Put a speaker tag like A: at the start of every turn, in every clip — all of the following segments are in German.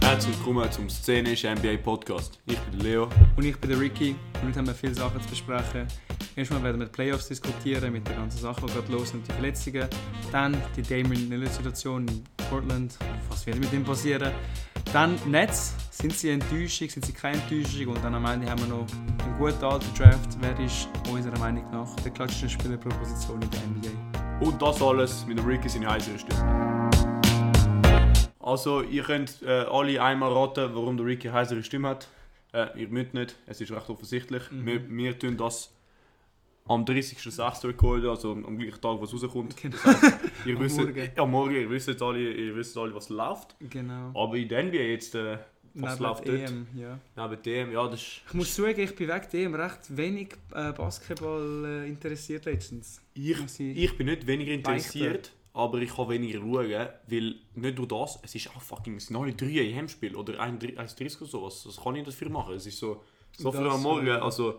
A: herzlich willkommen zum Szenisch NBA Podcast. Ich bin der Leo.
B: Und ich bin der Ricky. Heute haben wir viele Sachen zu besprechen. Erstmal werden wir die Playoffs diskutieren mit der ganzen Sache, die gerade los und die Verletzungen. Dann die Damon Lillard-Situation in Portland. Was wird mit ihm passieren? Dann Netz. Sind sie Enttäuschung? Sind sie keine Enttäuschung? Und dann am Ende haben wir noch einen guten alten Draft. Wer ist unserer Meinung nach der klatschste Spieler pro Position in der NBA?
A: Und das alles mit dem Ricky seine heiße Stimme. Also, ihr könnt äh, alle einmal raten, warum der Ricky heisere Stimme hat. Äh, ihr müsst nicht, es ist recht offensichtlich.
B: Mhm.
A: Wir, wir tun das am 30.06. recorden, also am, am gleichen Tag, was rauskommt. Ihr
B: Am
A: wisst,
B: Morgen.
A: Ja, morgen, ihr wisst jetzt alle, ihr wisst alle, was läuft.
B: Genau.
A: Aber in der NBA jetzt, äh, Oh, was
B: Neben
A: läuft
B: der
A: dort?
B: EM, ja.
A: Neben dem, ja, das ist.
B: Ich muss zugeben, ich bin wegen dem recht wenig äh, Basketball äh, interessiert letztens.
A: Ich,
B: Muss ich-
A: ich bin nicht weniger interessiert, aber ich kann weniger schauen, weil nicht nur das, es ist auch fucking das neue 3 am Spiel oder ein 1.30 oder sowas. Das kann ich nicht viel machen. Es ist so, so viel
B: Das,
A: am Morgen.
B: äh,
A: Also,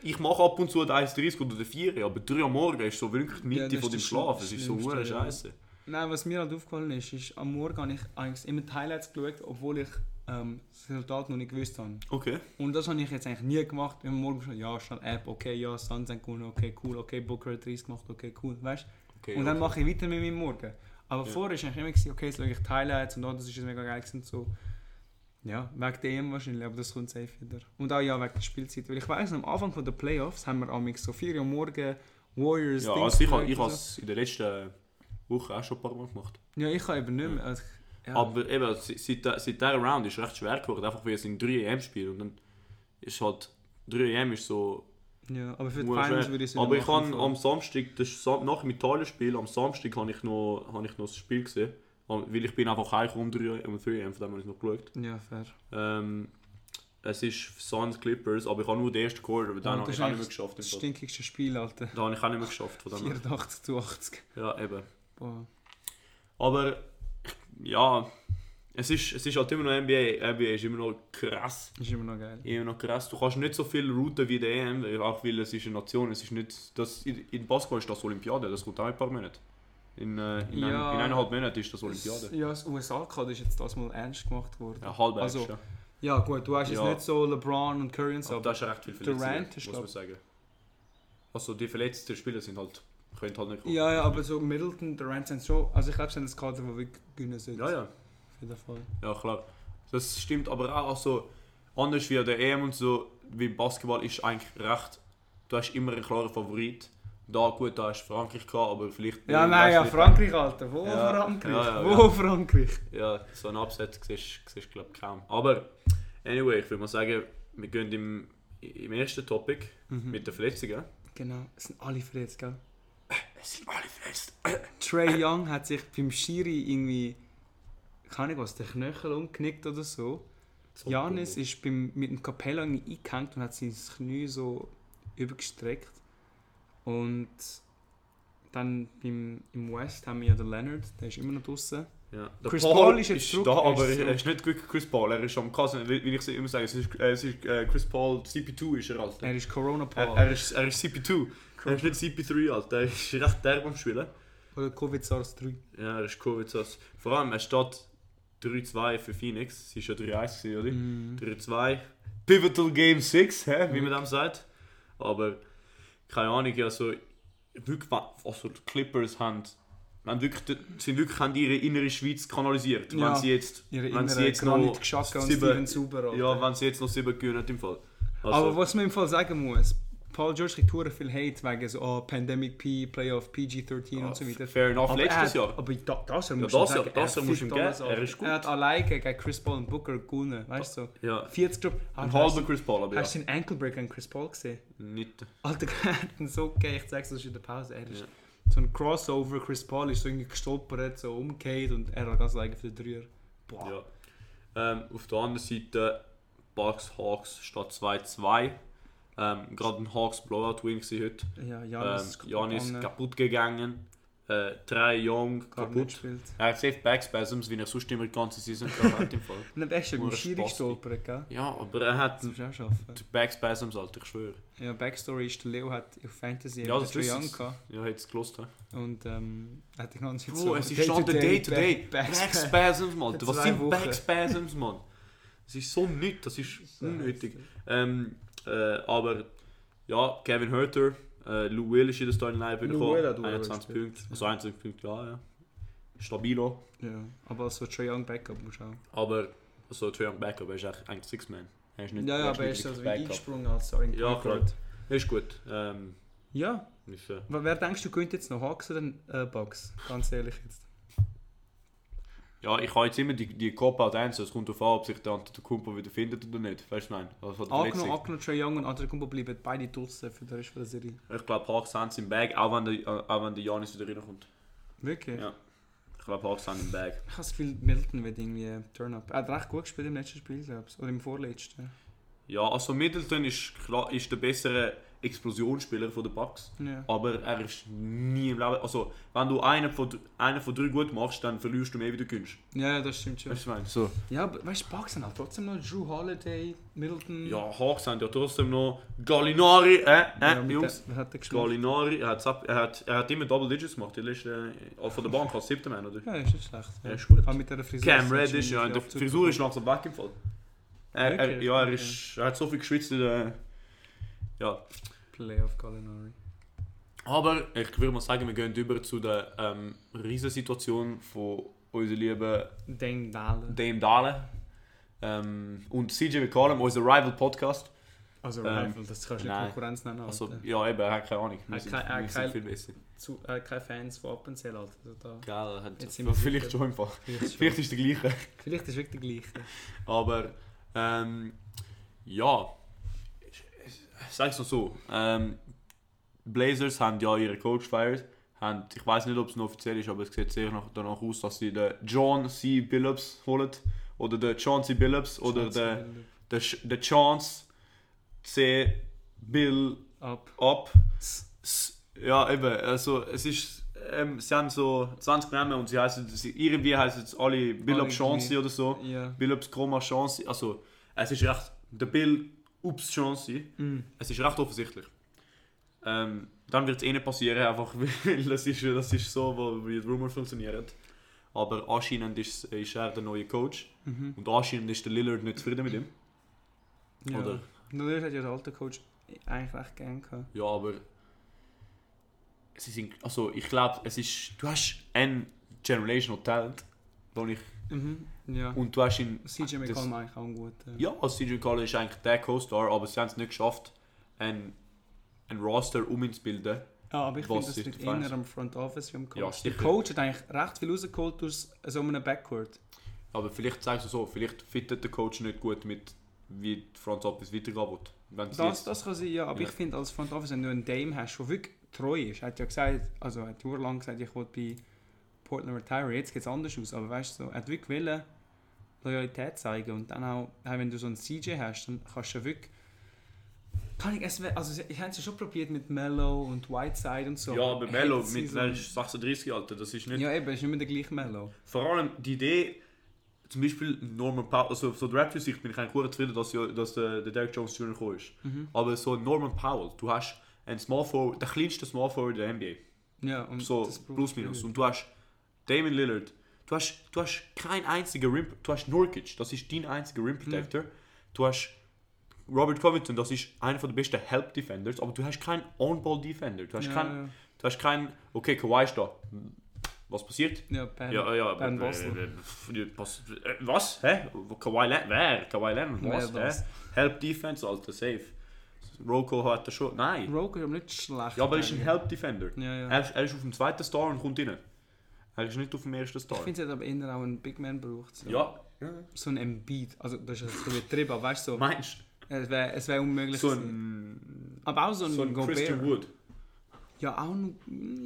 A: ich mache ab und zu die 1.30 oder die 4, aber 3 am Morgen ist so wirklich die
B: Ja,
A: Mitte
B: das
A: von dem
B: ist das
A: Schlaf. Es ist so
B: Schlimmste,
A: hure
B: ja.
A: scheiße.
B: Nein, was mir halt aufgefallen ist, ist, am Morgen habe ich eigentlich immer die Highlights geschaut, obwohl ich ähm, das Resultat noch nicht gewusst habe.
A: Okay.
B: Und das habe ich jetzt eigentlich nie gemacht. Wenn man morgen schon, ja, schnell App, okay, ja, Suns haben gewonnen, okay, cool, okay, Booker hat 30 gemacht, okay, cool, weißt
A: okay
B: Und dann
A: okay.
B: mache ich weiter mit meinem Morgen. Aber vorher war eigentlich immer, gewesen, okay, jetzt schaue ich die Highlights und oh, das ist jetzt mega geil gewesen und so. Ja, wegen dem wahrscheinlich, aber das kommt safe wieder. Und auch ja, wegen der Spielzeit. Weil ich weiss, am Anfang von der Playoffs haben wir am so 4 Uhr morgen Warriors,
A: Ja,
B: Dings
A: also ich, ha-
B: geschaut
A: ich
B: und
A: habe es in der letzten Woche auch schon ein paar Mal gemacht.
B: so. Ja, ich habe eben nicht mehr. Also, ja.
A: Aber eben, se- seit, der- seit dieser Round ist es recht schwer geworden, einfach weil es in 3 am spielt. Und dann ist halt, 3 am ist so.
B: Ja, aber für die
A: Muss
B: Finals
A: sein.
B: würde ich es
A: Aber ich
B: machen,
A: habe
B: voll.
A: am Samstag, das ist Sam nach dem Italien-Spiel, am Samstag habe ich, noch- habe ich noch das Spiel gesehen. Am- Weil ich bin einfach heimgekommen um 3 um 3 am, von dem habe ich noch geschaut.
B: Ja, fair.
A: Ähm, es ist Suns Clippers, aber ich habe nur den ersten Quarter, aber dann
B: Und
A: habe
B: das
A: ich auch nicht
B: ist
A: mehr geschafft. im
B: Das
A: Fall.
B: stinkigste Spiel, Alter.
A: Da habe ich auch nicht mehr geschafft. Von dem her.
B: 84 zu 80.
A: ja, eben.
B: Boah.
A: Aber ja, es ist, es ist halt immer noch NBA. NBA ist immer noch krass.
B: Ist immer noch geil.
A: Immer noch krass. Du kannst nicht so viel routen wie der EM, auch weil es ist eine Nation. Es ist nicht, das, in, in Basketball ist das Olympiade, das kommt auch in ein paar Monaten. In, äh, in,
B: Ja.
A: ein, in eineinhalb Monaten ist das
B: Das,
A: Olympiade.
B: ja, das USA-Kader ist jetzt das mal ernst gemacht worden.
A: Ja, halb
B: Also,
A: ernst, ja.
B: Ja, gut, du hast jetzt
A: Ja.
B: nicht so LeBron und Curry und so,
A: Aber
B: aber
A: das ist recht viel
B: Durant
A: Verletzungen,
B: ist,
A: muss
B: glaub-
A: man sagen. Also die verletzten Spieler sind halt, können halt nicht kommen.
B: ja, ja, aber so Middleton, Durant sind schon. Also ich glaube, sie haben das Kader, das wir gewinnen sollten.
A: ja, ja.
B: Auf jeden Fall.
A: Ja, klar. Das stimmt aber auch also, anders wie an der EM und so, wie im Basketball ist eigentlich recht, du hast immer einen klaren Favorit. Da gut, da hast du Frankreich gehabt, aber vielleicht...
B: Ja,
A: weißt
B: nein,
A: du
B: ja,
A: nicht,
B: Frankreich, Alter. Wo
A: Ja,
B: Frankreich?
A: ja, ja,
B: Wo Frankreich?
A: Ja, so ein Upset siehst du, glaube ich, kaum. Aber, anyway, ich würde mal sagen, wir gehen im, im ersten Topic
B: Mhm.
A: mit den Verletzungen.
B: Genau, es sind alle verletzt, gell?
A: Es sind alle verletzt.
B: Trey Young hat sich beim Schiri irgendwie, keine Ahnung was, den Knöchel umknickt oder so. Janis ist beim, mit dem Kapella irgendwie eingehängt und hat sein Knie so übergestreckt. Und dann beim, im West haben wir ja den Leonard, der ist immer noch draußen.
A: Ja. Der
B: Chris
A: Paul,
B: Paul
A: ist jetzt
B: ist jetzt
A: da,
B: zurück, er ist
A: aber er
B: zurück.
A: ist nicht wirklich Chris Paul. Er ist am Kassen, wie wie ich immer sage, es ist, äh, es ist äh, Chris Paul CP2 ist er, Alter.
B: Er ist Corona
A: Er,
B: Paul.
A: er, ist, er ist CP2. Er ist nicht CP3, Alter. Er ist recht derb am Spielen.
B: Oder Covid-SARS-3.
A: Ja, er ist Covid. -Sass. Vor allem, er steht 3-2 für Phoenix. Es war ja 3-1, gewesen, oder?
B: Mhm.
A: 3-2. Pivotal Game 6, hä? wie man dem sagt. Aber keine Ahnung, also, wirklich, also die Clippers haben, haben wirklich, die- sind wirklich, haben ihre innere Schweiz kanalisiert.
B: Ja.
A: Wenn sie jetzt,
B: Ihre
A: wenn sie
B: innere
A: jetzt noch
B: Granit Xhaka und
A: sieben-
B: Steven Zuber. Alter.
A: ja, wenn sie jetzt noch 7 gewinnen im Fall. Also,
B: Aber was man im Fall sagen muss, Paul George kriegt hure viel Hate wegen so oh, Pandemic P, Playoff, PG-13 und so weiter.
A: fair enough,
B: er
A: letztes
B: hat,
A: Jahr.
B: Aber da, das Jahr
A: das
B: muss man
A: Jahr-
B: sagen, er
A: das Jahr
B: hat
A: musst du ihm
B: fickt
A: geben,
B: alles, Alter.
A: er ist gut.
B: Er hat alleine gegen Chris Paul und Booker gewonnen, weißt du? Ah, so.
A: Ja,
B: 40 Job.
A: ein
B: Hast,
A: halber
B: hast,
A: Chris Paul, aber ja.
B: hast du seinen Ankle-Break an Chris Paul gesehen?
A: Nicht.
B: Alter, er hat ihn so gegeben, ich zeig's euch in der Pause. Er ist
A: Ja.
B: so ein Crossover, Chris Paul ist so irgendwie gestolpert, so umgekehrt und er hat ganz alleine für den Dreier. Boah.
A: Ja. Ähm, auf der anderen Seite Bucks Hawks statt 2-2. Ähm, Gerade ein Hawks Blowout Win gewesen heute.
B: Ja, Janis eh,
A: Ähm, Janis
B: kaputt
A: kaputt gegangen. Äh, Trey Young
B: gegangen, gar nicht
A: kaputt.
B: gespielt.
A: Er hat safe Backspasms, wie er sonst immer die ganze Saison gehabt hat. im Fall.
B: Dann wärst du
A: Nur
B: im
A: ein
B: Schiri
A: Spasti.
B: gestolpert, gell?
A: Ja, aber er hat
B: Das musst du auch schaffen.
A: Backspasms, Alter, ich schwöre.
B: Ja, Backstory ist, der Leo hat auf Fantasy
A: Ja,
B: eben
A: das
B: den Trae
A: wissen
B: Young
A: sie.
B: gehabt
A: Ja, hätte es gelost. hä?
B: und ähm, hat die ganze Zeit
A: Bro, es ist
B: Day-to-Day
A: schon der Day-to-Day.
B: Back- Back-
A: Backspasms, Mann.
B: Seit
A: Was
B: zwei
A: sind
B: Wochen.
A: Backspasms, Mann? Das ist so nichts, das ist unnötig. Ähm, äh, aber ja, Kevin Herter, äh, Lou Will ist in der Storyline
B: Lou
A: bekommen.
B: Will hat auch
A: 21
B: gespielt.
A: Punkte. Also 21 Punkte, ja, ja. Stabilo.
B: Ja. Aber also Trae Young Backup musst du auch.
A: Aber so also, Young Backup, er ist eigentlich eigentlich Six-Man. Er ist nicht
B: Ja, ja,
A: er
B: aber er
A: nicht
B: ist also wie
A: wirklich Backup.
B: eingesprungen als Starting
A: Ja,
B: Point
A: klar.
B: Guard.
A: Er ist gut. Ähm,
B: Ja,
A: ist, äh,
B: aber wer denkst du, könnte jetzt noch Hawks oder äh, Bucks? Ganz ehrlich jetzt.
A: ja, ich habe jetzt immer die, die Cop-Out eins, also es kommt darauf an, ob sich der Antetokounmpo wieder findet oder nicht. Weißt du, nein. Also von der
B: Angenommen,
A: Verletzung.
B: angenommen Trae Young und Antetokounmpo bleiben beide draussen für den Rest von der Serie.
A: Ich glaube, Hawks haben es im Bag, auch wenn der, äh, auch wenn der Janis wieder reinkommt.
B: Wirklich?
A: Ja. Ich glaube, Hawks haben im Bag.
B: Ich habe das Gefühl, Milton wird irgendwie äh, Turn-Up. Er hat recht gut gespielt im letzten Spiel, glaube ich. Oder im vorletzten.
A: Ja, also Middleton ist, klar, ist der bessere Explosionsspieler von der Bucks.
B: Ja.
A: Aber er ist nie im Leben. Also, wenn du einen von, dr- einen von drei gut machst, dann verlierst du mehr, wie du gönnst.
B: ja, ja, das stimmt schon.
A: Weißt du, was ich meine? So.
B: Ja, aber weißt du, Bucks haben halt trotzdem noch Drew Holiday, Middleton.
A: Ja, Hawks haben ja trotzdem noch Gallinari, äh, äh,
B: Ja, mit
A: Jungs.
B: der- wer hat der gespielt?
A: Gallinari, er, hat's ab, er, hat, er hat immer Double Digits gemacht. Die letzte, äh, von der Bank als siebter Mann, oder?
B: Ja, ist nicht schlecht. Ja.
A: Er ist gut.
B: Aber mit der Frisur.
A: Cam
B: ist
A: Reddish,
B: schon
A: ja, in der
B: Abzug
A: Frisur ist langsam weg im Fall. Er, er,
B: Wirklich?
A: ja, er, ist, er hat so viel geschwitzt in der. Ja.
B: Playoff Gallinari.
A: Aber ich würde mal sagen, wir gehen über zu der ähm, Riesensituation von unserem lieben
B: Dame Dalen.
A: Dame Dalen ähm, und CJ McCollum, unser Rival-Podcast.
B: Also
A: Ähm,
B: Rival, das kannst du nicht
A: nein.
B: Konkurrenz nennen.
A: Also,
B: Alter.
A: ja, eben, er hat keine Ahnung. Wir
B: Hat
A: sind,
B: kein- er
A: wir
B: hat
A: sind
B: kein-
A: viel besser.
B: Zu, äh, keine Fans von Appenzell, Alter. Also da,
A: Geil,
B: Jetzt
A: hat,
B: sind wir
A: vielleicht
B: sicher.
A: schon im Fall.
B: vielleicht,
A: Vielleicht
B: schon.
A: ist der gleiche.
B: vielleicht ist wirklich der gleiche.
A: Aber ähm, ja, sag's noch so. Ähm, Blazers haben ja ihren Coach gefeiert. Haben, ich weiß nicht, ob es noch offiziell ist, aber es sieht sehr nach, danach aus, dass sie den John C. Billups holen. Oder den John C. Billups oder den, den, Sch- den Chance C. Bill
B: Ab.
A: Up. S- Ja, eben. Also, es ist. Ähm, sie haben so 20 Namen und sie heißen, sie, irgendwie heißen jetzt alle Billups Chance
B: gleich.
A: oder so.
B: Ja.
A: Billups Chroma Chance, also es ist recht, der Bill Ups Chance,
B: Mhm.
A: es ist recht offensichtlich. Ähm, dann wird es eh nicht passieren, einfach weil das ist, das ist so, wo- wie die Rumor funktioniert. Aber anscheinend ist, ist er der neue Coach
B: Mhm.
A: und anscheinend ist der Lillard nicht zufrieden mit ihm.
B: Ja.
A: Oder?
B: Nur hat ja der alte Coach eigentlich recht gern gehabt.
A: Ja, aber sie sind, also ich glaube, es ist, du hast ein Generational Talent, wo ich,
B: Mhm. Ja.
A: und du hast ihn
B: CJ
A: das-
B: McCollum eigentlich auch ein guter.
A: Ah, dus- Ja, also CJ McCollum ist eigentlich der Co-Star, aber sie haben es nicht geschafft, ein, ein Roster um ihn zu bilden.
B: Ja, aber ich
A: Was
B: finde, das
A: ist
B: liegt
A: der Feind?
B: eher am Front Office wie am Coach.
A: Ja,
B: der
A: sicher.
B: Coach hat eigentlich recht viel rausgeholt aus so einem Backcourt.
A: Aber vielleicht sagst du so, vielleicht fittet der Coach nicht gut mit, wie die Front Office weitergehen wird. Wenn sie
B: Das,
A: jetzt-
B: das kann sein, ja. Aber
A: Ja.
B: ich finde, als Front Office, wenn du einen Dame hast, der wirklich treu ist, er hat ja gesagt, also er hat jahrelang gesagt, ich wollte bei Portland retire, jetzt geht es anders aus. Aber weißt du, so, er hat wirklich wollen, Loyalität zeigen und dann auch, hey, wenn du so einen CJ hast, dann kannst du ja wirklich. Kann ich, es wär- also ich habe es ja schon probiert mit Mello und Whiteside und so.
A: ja, aber Melo,
B: Hätte sie
A: mit
B: so-
A: er ist 36 Alter, das ist nicht...
B: Ja, eben, ist nicht mehr der gleiche Mello.
A: Vor allem die Idee, zum Beispiel Norman Powell, also so der Raptors-Sicht bin ich eigentlich gut zufrieden, dass, ja- dass der, der Derrick Jones Jr. gekommen ist.
B: Mhm.
A: Aber so ein Norman Powell, du hast einen Small Forward, der kleinste Small Forward der NBA.
B: Ja, und
A: So,
B: das braucht-
A: plus minus. Und du hast Damon Lillard. Du hast, du hast keinen einzigen Rim... Du hast Nurkic, das ist dein einziger Rim Protector.
B: Mhm.
A: Du hast Robert Covington, das ist einer der besten Help Defenders, aber du hast keinen On-Ball Defender. Du hast
B: Ja,
A: keinen...
B: ja.
A: Du hast keinen... Okay, Kawhi ist da. Was passiert?
B: Ja, Ben,
A: Ja, ja, aber,
B: ben
A: äh,
B: Bosler.
A: äh, pf, die pass- äh, Was? Hä? Wo- Kawhi Leonard? Wer? Kawhi Leonard?
B: Wer
A: Was? Hä?
B: das?
A: Help Defense, Alter, safe. Roko hat er schon... Nein.
B: Rogue ist aber nicht schlecht.
A: äh- Ja, aber er ist ein
B: eigentlich.
A: Help Defender.
B: Ja, ja.
A: Er, ist- er ist auf dem zweiten Star und kommt rein. Er ist nicht auf dem ersten
B: Ich
A: Star.
B: finde, es hat aber eher auch einen Big Man braucht. So.
A: Ja,
B: So ein Embiid. Also, das ist jetzt ein übertrieben, aber weißt du, so,
A: meinst
B: es wäre es wär
A: du?
B: unmöglich.
A: So
B: gewesen.
A: ein,
B: aber auch so ein,
A: so ein Christian
B: Gobert.
A: Wood.
B: Ja, auch ein.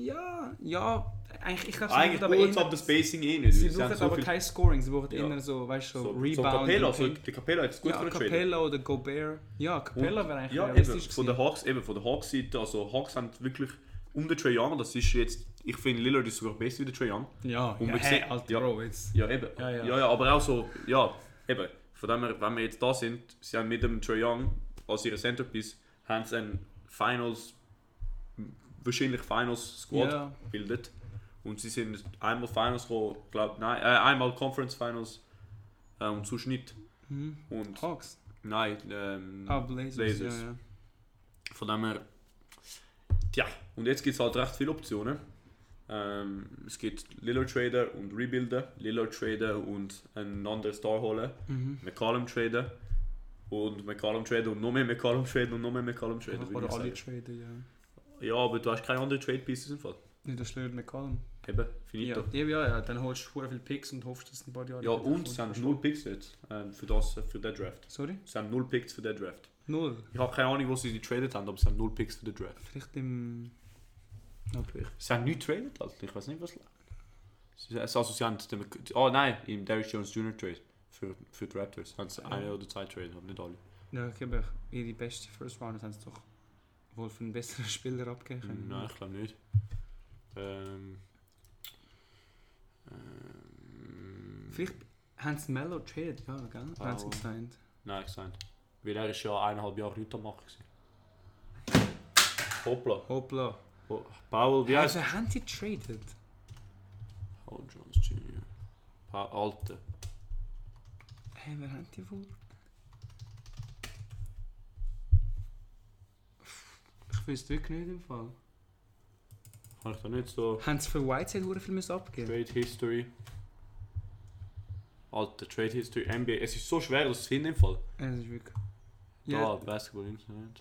B: Ja, ja. Eigentlich, ich glaube,
A: Eigentlich
B: aber
A: braucht es
B: eher-
A: ab das Spacing eh nicht.
B: Sie
A: weil
B: brauchen
A: haben so
B: aber
A: viel-
B: kein Scoring, sie brauchen
A: Ja.
B: eher so, weißt du, so,
A: so,
B: Rebound.
A: so Capella,
B: und-
A: so, der Capella hat es gut
B: ja,
A: können traden.
B: Capella oder Gobert. Ja, Capella wäre eigentlich
A: Ja, eben,
B: realistisch
A: von der
B: gewesen.
A: Hawks, eben, von der Hawks-Seite, also Hawks haben wirklich um den Trae Young, das ist jetzt, ich finde Lillard ist sogar besser wie der Trae Young.
B: Ja,
A: Und
B: ja,
A: wir
B: hey,
A: sehen-
B: Alter,
A: ja.
B: Bro, jetzt.
A: Ja, eben.
B: Ja,
A: Ja,
B: ja.
A: ja. aber auch so, ja, eben. Von dem her, wenn wir jetzt da sind, sie haben mit dem Trae Young als ihre Centerpiece, haben sie ein Finals, wahrscheinlich Finals Squad
B: Ja.
A: gebildet. Und sie sind einmal Finals gekommen, glaub, nein, äh, einmal Conference Finals äh, und sonst nicht.
B: Mhm.
A: Und
B: Hawks.
A: nein, ähm,
B: Ah, Blazers.
A: Blazers.
B: Ja, ja.
A: Von dem her. Tja, und jetzt gibt es halt recht viele Optionen. Ähm, es gibt Lilo Trader und Rebuilder, Lilo Trader und einen anderen Star holen,
B: Mhm.
A: McCallum Trader und McCallum Trader und noch mehr McCallum Trader und noch mehr McCallum Trader.
B: Einfach
A: würde
B: Oder
A: ich
B: alle
A: sagen.
B: traden, ja.
A: Ja, aber du hast keine anderen Trade Pieces im Fall.
B: Nicht der Schlöder McCallum.
A: Eben,
B: Ja.
A: finito.
B: ja, ja, ja. Dann holst du verdammt viele Picks und hoffst, dass ein paar Jahre.
A: Ja,
B: wieder
A: und
B: kommt.
A: sie haben null Picks jetzt ähm, für, das, für den Draft.
B: Sorry?
A: Sie haben null Picks für den Draft.
B: Null.
A: Ich habe keine Ahnung, wo sie die traded haben, aber sie haben null Picks für den Draft.
B: Vielleicht im. Okay.
A: Sie haben nicht traded, also ich weiß nicht, was. Sie, also sie haben den, oh nein, im Derrick Jones Jr. Trade für, für die Raptors haben sie eine oder zwei Trade, aber nicht alle.
B: Ja, ich glaube, ihre beste First Round haben sie doch wohl für einen besseren Spieler abgeben können.
A: Nein, ich glaube nicht. Ähm, ähm,
B: Vielleicht haben sie Mello traded, ja, gell?
A: Ah,
B: Haben sie
A: wow.
B: gesigned.
A: Nein, ich sage Weil er ist ja eineinhalb Jahre Leute am Machen. gewesen. Hoppla.
B: Hoppla.
A: Oh, Powell, wie
B: Ja,
A: heißt
B: also haben sie traded?
A: Paul Jones Jr. Pa Alter.
B: Hey, wer haben die wohl? Ich wüsste wirklich nicht im Fall.
A: Kann ich da nicht so.
B: Haben sie für Whiteside hure viel müssen abgeben?
A: Trade History. Alter, Trade History, NBA. Es ist so schwer, das zu finden im Fall.
B: Ja, Das ist wirklich...
A: Ja. Da,
B: Ja,
A: Basketball Internet.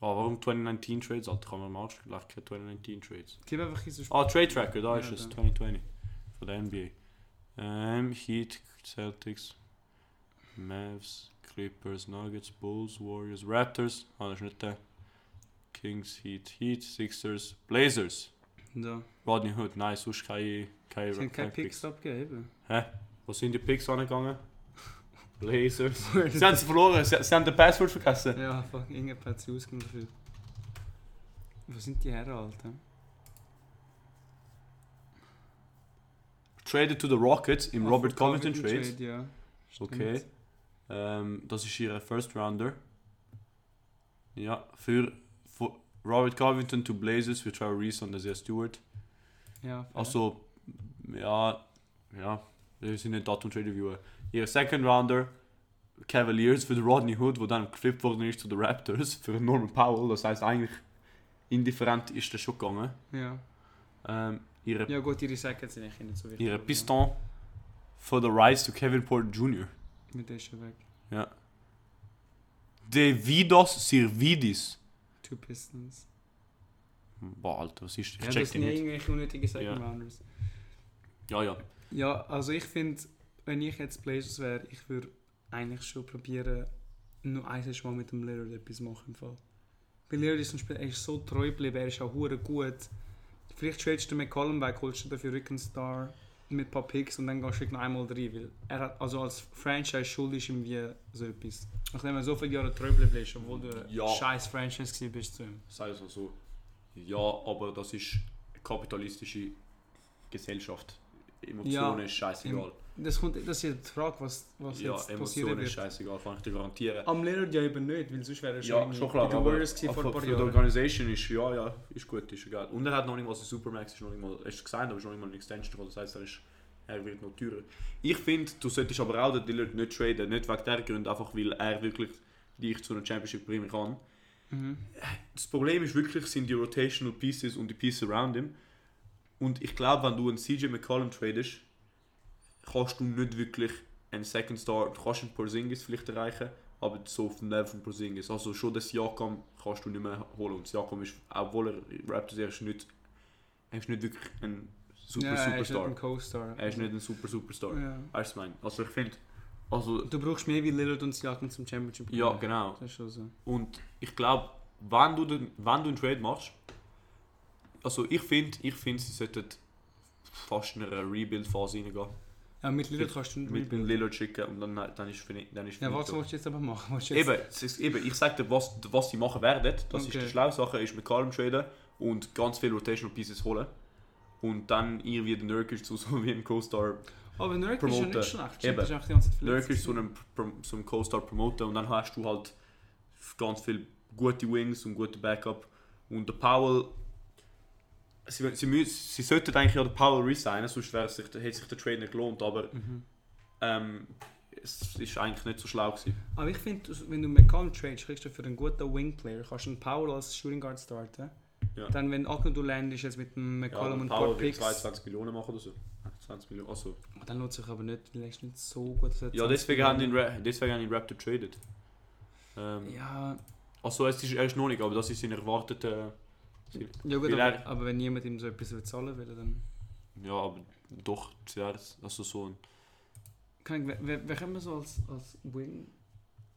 A: Oh, warum 2019 Trades? Alter, kann man mal gleich keine 2019 Trades.
B: gib einfach hier so...
A: Ah, Trade Tracker, da
B: Ja,
A: ist es,
B: da.
A: 2020 von der NBA. Ähm, Heat, Celtics, Mavs, Clippers, Nuggets, Bulls, Warriors, Raptors, ah, das ist nicht der. Kings, Heat, Heat, Sixers, Blazers.
B: Da.
A: Rodney Hood, nein, sonst keine, keine,
B: Sie haben
A: keine
B: keine Picks
A: Picks.
B: abgegeben.
A: Wo sind die Picks angegangen? Blazers. sie
B: eben.
A: haben sie verloren, sie, sie haben den Passwort vergessen.
B: ja, fuck, irgendjemand hat sie ausgenommen dafür. Wo sind die Herren, Alter?
A: Traded to the Rockets im
B: Ah,
A: Robert
B: von
A: Covington Trade.
B: Covington ja.
A: Okay.
B: Stimmt.
A: Ähm, das ist ihre First Rounder. Ja, für, für Robert Covington to Blazers für Trevor Reese und Isaiah Stewart.
B: Ja, fair.
A: Also, ja, ja, wir sind nicht Datum Trade Reviewer. Ihre Second Rounder Cavaliers für den Rodney Hood, wo dann geflippt worden ist zu den Raptors für Norman Powell. Das heißt eigentlich indifferent ist das schon gegangen.
B: Ja.
A: Ähm, ihre
B: ja, gut, ihre Sackets sind eigentlich nicht so wichtig.
A: ihre
B: aber
A: Piston for the Rise to Kevin Porter Jr.
B: ja. Mit der ist schon weg.
A: Davidos Sirvidis.
B: Two Pistons.
A: Boah, Alter, was ist? Ich
B: Ja,
A: check
B: das
A: den
B: sind ja
A: nicht.
B: irgendwelche unnötige
A: Ja.
B: Second Rounders.
A: Ja, ja.
B: Ja, also ich finde, wenn ich jetzt Blazers wäre, ich würde eigentlich schon probieren, nur eins Mal mit dem Lillard etwas machen im Fall. Bei Lillard ist zum Beispiel, er ist so treu geblieben, er ist auch hure gut. Vielleicht tradest du McCollum weg, holst du dafür Rick Star mit ein paar Picks und dann gehst du noch einmal rein, weil er hat, also als Franchise schuld ist ihm wie so etwas. Nachdem er so viele Jahre treu geblieben ist, obwohl du
A: Ja.
B: scheiß Franchise gewesen bist zu ihm.
A: Sei es mal so. Ja, aber das ist eine kapitalistische Gesellschaft. Emotionen
B: Ja.
A: ist scheißegal.
B: Das, kommt, das ist ja die Frage, was, was
A: ja,
B: jetzt passieren
A: Emotionen ist
B: wird.
A: scheißegal, kann ich dir garantieren.
B: Am Lillard ja eben nicht, weil sonst wäre er schon,
A: Ja, schon klar.
B: bei den
A: aber-
B: Warriors gewesen
A: aber
B: vor ein paar
A: für die
B: Jahren.
A: Organisation ist ja, ja, ist gut, ist egal. Und er hat noch nicht mal seinen Supermax, ist noch nicht mal, hast du gesagt, aber ist noch nicht mal eine Extension geholt. Das heißt, er, ist, er wird noch teurer. Ich finde, du solltest aber auch den Dillard nicht traden, nicht wegen der Gründe, einfach weil er wirklich dich zu einer Championship bringen kann.
B: Mhm.
A: das Problem ist wirklich, sind die Rotational Pieces und die Pieces around him. Und ich glaube, wenn du einen CJ McCollum tradest, kannst du nicht wirklich einen Second Star, du kannst einen Porzingis vielleicht erreichen, aber so auf dem Level von Porzingis. Also schon das Siakam kannst du nicht mehr holen. Und Siakam ist, obwohl er Raptors ist, er ist nicht, er ist nicht wirklich ein super
B: ja, er ist nicht ein
A: Superstar.
B: Co-Star.
A: Er ist nicht ein super Superstar.
B: Ja.
A: Weißt du, was ich meine? Also ich finde, also
B: Du brauchst mehr wie Lillard und Siakam zum Championship. dus,
A: ja,
B: gewinnen.
A: genau.
B: Das ist schon so.
A: Und ich glaube, wenn du, den, wenn du einen Trade machst, also ich finde, ich find, sie sollten fast in eine Rebuild-Phase reingehen.
B: Ja, mit Lillard kannst du nicht
A: Mit dem
B: rebuilden.
A: Lillard schicken und dann, dann ist fini- dann ist
B: Mhm. Ja,
A: finito.
B: was willst du jetzt aber machen? Willst du jetzt
A: Eben, es ist, eben, ich sage dir, was, was sie machen werden. Das ist
B: Okay.
A: die schlaue Sache, ist mit Calm traden und ganz viele Rotational Pieces holen. Und dann irgendwie den Nurkic zu so wie einem Co-Star
B: Aber Oh, Nurkic ist ja
A: promoten.
B: nicht schlecht.
A: Eben.
B: Eben. Ist einfach die ganze Zeit verletzt.
A: Lurker ist so ein, Prom- so ein Co-Star promoten und dann hast du halt ganz viele gute Wings und gute Backup. Und der Powell, sie, sie, müssen, sie sollten eigentlich ja den Powell resignen, sonst wäre es sich, hätte sich der Trade nicht gelohnt, aber
B: Mhm.
A: ähm, es ist eigentlich nicht so schlau gewesen.
B: Aber ich finde, wenn du McCollum tradest, kriegst du für einen guten Wing-Player, kannst du einen Powell als Shooting Guard starten.
A: Ja.
B: Dann, wenn Agnew du landest jetzt mit dem
A: Ja, aber
B: McCollum und
A: Powell
B: Court
A: wird
B: Picks,
A: 22 Millionen machen oder so. 20 Millionen, also.
B: oh, dann lohnt sich aber nicht, weil er ist nicht so gut. dass er
A: Ja,
B: 20
A: deswegen haben ihn,
B: Millionen-
A: Ra- deswegen haben ihn Raptor traded. Ähm,
B: Ja,
A: Also es ist, er ist noch nicht, aber das ist sein erwarteter...
B: ja gut,
A: Weil
B: aber,
A: er-
B: aber wenn jemand ihm so etwas will zahlen will, dann...
A: Ja, aber doch, ja, also so ein...
B: Kann ich, wer, wer können wir so als, als Wing...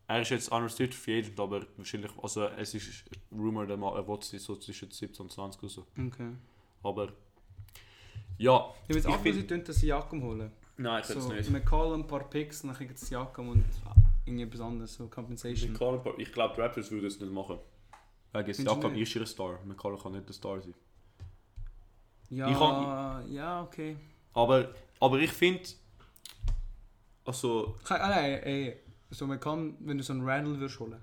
A: Er ist jetzt unrestricted free agent, aber wahrscheinlich, also es ist Rumor, der mal- er will sie so zwischen 17 und 20 oder so.
B: Okay.
A: Aber ja,
B: Ich habe jetzt
A: Ich
B: auch
A: find-
B: sie tun, dass sie Jakob holen.
A: nein, ich
B: So,
A: könnte es nicht.
B: McCollum, ein paar Picks, dann kriegen sie Jakob und irgendetwas anderes, so Compensation.
A: McCallum, ich glaube, die Raptors würden es nicht machen. Wegen
B: Findest du
A: Jakob
B: nicht?
A: ist ihr Star, McCallum kann nicht der Star sein.
B: Ja,
A: Ich kann-
B: ja, okay.
A: Aber, aber ich finde, also,
B: Kein- Ah, nein, ey, so McCollum, wenn du so einen Randall würdest holen.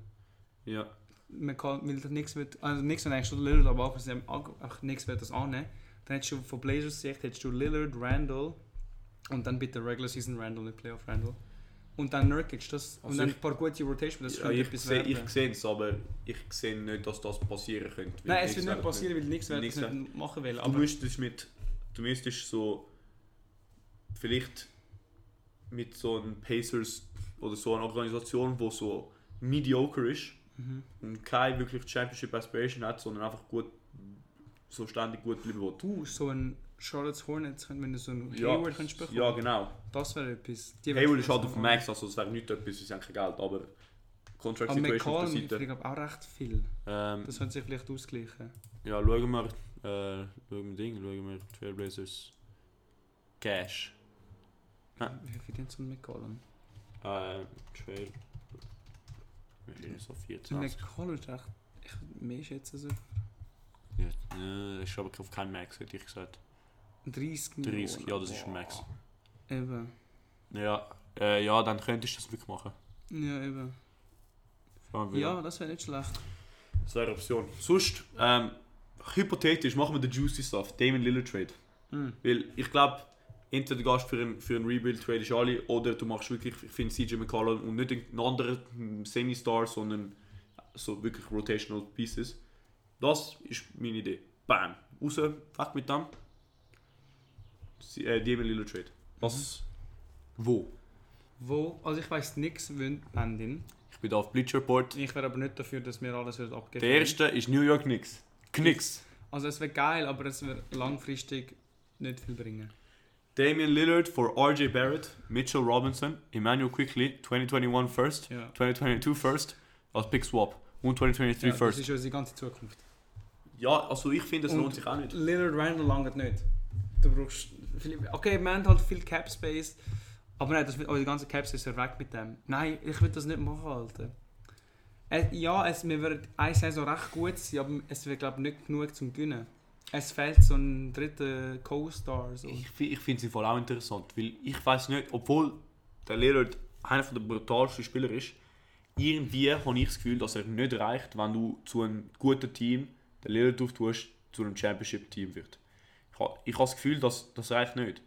A: ja,
B: McCollum, weil der Nix wird, also Nix wird eigentlich schon Lillard, aber auch, wenn auch Nix wird das annehmen. Dann hättest du von Blazers Sicht, hättest du Lillard, Randall und dann bitte Regular Season Randall, nicht Playoff Randall. Und dann Nurkic, das, und
A: Also
B: dann
A: ich-
B: ein paar gute Rotation, das
A: ja
B: könnte
A: ich
B: etwas
A: sehe
B: werden.
A: ich sehe es, aber ich sehe nicht, dass das passieren könnte. weil
B: Nein, es
A: Knicks
B: wird
A: werden
B: nicht passieren, weil Nix wird
A: Knicks
B: das nicht machen will.
A: Du
B: Aber
A: müsstest mit, du müsstest so, vielleicht mit so einem Pacers oder so einer Organisation, wo so mediocre ist
B: Mhm.
A: und keine wirklich Championship Aspiration hat, sondern einfach gut, so ständig gut bleiben will.
B: du, so ein Charlotte Hornets, könnt- wenn du so einen
A: Ja,
B: Hayward könntest bekommen,
A: ja, genau.
B: das wäre etwas. Die
A: Hayward
B: würden-
A: ist halt auf dem Max, also es wäre nicht etwas, es ist eigentlich kein Geld, aber Contract
B: Aber
A: Situation auf
B: McCollum,
A: der
B: ich
A: Seite.
B: glaube auch recht viel.
A: Ähm,
B: Das könnte sich vielleicht ausgleichen.
A: ja, schauen wir, äh, schauen wir Ding, schauen wir Trailblazers Cash. Ja.
B: Wie viel denn zum McCollum?
A: Äh, Trail. So
B: Zum
A: 24.
B: McCollum ist echt. Ich würde mehr schätzen so.
A: Ja, äh, ist aber auf keinen Max, hätte ich gesagt.
B: 30 Millionen.
A: 30, ja, das ist ein
B: Boah.
A: Max.
B: Eben.
A: Ja, äh, ja, dann könntest du das wirklich machen.
B: Ja, eben.
A: Fahren wir.
B: Ja, das wäre nicht schlecht.
A: Das wäre eine Option. Sonst, ähm, hypothetisch machen wir den Juicy Stuff, Damon Lillard Trade.
B: Mhm.
A: Weil ich glaube, entweder gehst du für einen, für einen Rebuild Trade ist alle, oder du machst wirklich, ich finde CJ McCollum und nicht einen anderen hm, Semi-Star, sondern so wirklich Rotational Pieces. Das ist meine Idee. Bam. Raus, weg mit dem. Sie- Äh, Damon Lillard Trade. Was? Wo?
B: Wo? Also ich weiß nichts, wenn Endin.
A: Ich bin da auf Bleacher Report.
B: Ich wäre aber nicht dafür, dass wir alles wird abgeben.
A: Der erste ist New York Knicks. Knicks.
B: Also es wäre geil, aber es wird langfristig nicht viel bringen.
A: Damian Lillard for RJ Barrett, Mitchell Robinson, Emmanuel Quickly, 2021 first,
B: Ja.
A: 2022 first, als Pick Swap und 2023
B: ja, Das
A: first.
B: ist unsere ganze Zukunft.
A: Ja, also ich finde, es
B: Und-
A: lohnt sich auch nicht.
B: Lillard Randall langt nicht. Du brauchst. Viel, okay, wir haben halt viel Cap Space. Aber nein, das wird, unsere ganze Cap Space ist weg mit dem. Nein, ich will das nicht machen, Alter. Äh, ja, es, wir würden eine Saison recht gut sein, aber es wird, glaube ich, nicht genug zum Gewinnen. Es fehlt so ein dritter Co-Star. So.
A: Ich, fi- ich finde sie voll auch interessant, weil ich weiß nicht, obwohl der Lillard einer der brutalsten Spieler ist, irgendwie habe ich das Gefühl, dass er nicht reicht, wenn du zu einem guten Team den Lillard auftust, zu einem Championship-Team wird. Ich habe ich ha das Gefühl, dass das reicht nicht.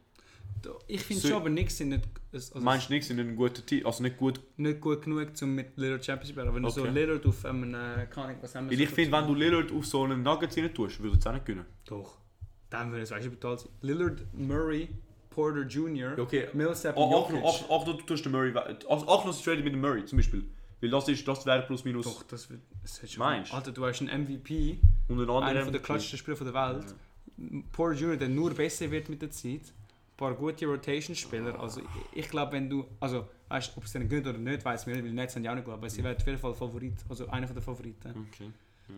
B: Ich finde
A: So-
B: schon, aber nichts sind nicht, also
A: Meinst du nicht, sind ein guter Team, also nicht gut
B: nicht gut genug, um mit Lillard Championship zu werden. Wenn du so
A: Okay.
B: Lillard auf einem, äh, keine Ahnung, was haben wir
A: Weil ich
B: so-
A: finde, wenn du Lillard auf so einen Nuggets hinein tust, würde es auch nicht können.
B: Doch. Dann würde es eigentlich brutal sein. Lillard, Murray, Porter Jr.,
A: Okay.
B: Millsap und
A: Auch
B: Jokic.
A: noch, auch noch, du tust den Murray, we- auch auch noch sie traden mit dem Murray zum Beispiel. Weil das ist, das wäre plus minus.
B: Doch, das wird... Das wird schon-
A: Meinst du?
B: Alter, du hast einen MVP,
A: Und ein
B: einer
A: anderer.
B: von der klatschsten Spieler von der Welt. Porter Jr., der nur besser wird mit der Zeit. Ein paar gute Rotation-Spieler. Also ich, ich glaube, wenn du... Also, weißt, ob es denen gönnt oder nicht, weiß man nicht, weil die Nets sind ja auch nicht gut. Aber sie werden auf jeden Fall Favorit. Also einer von der Favoriten.
A: Okay. Ja.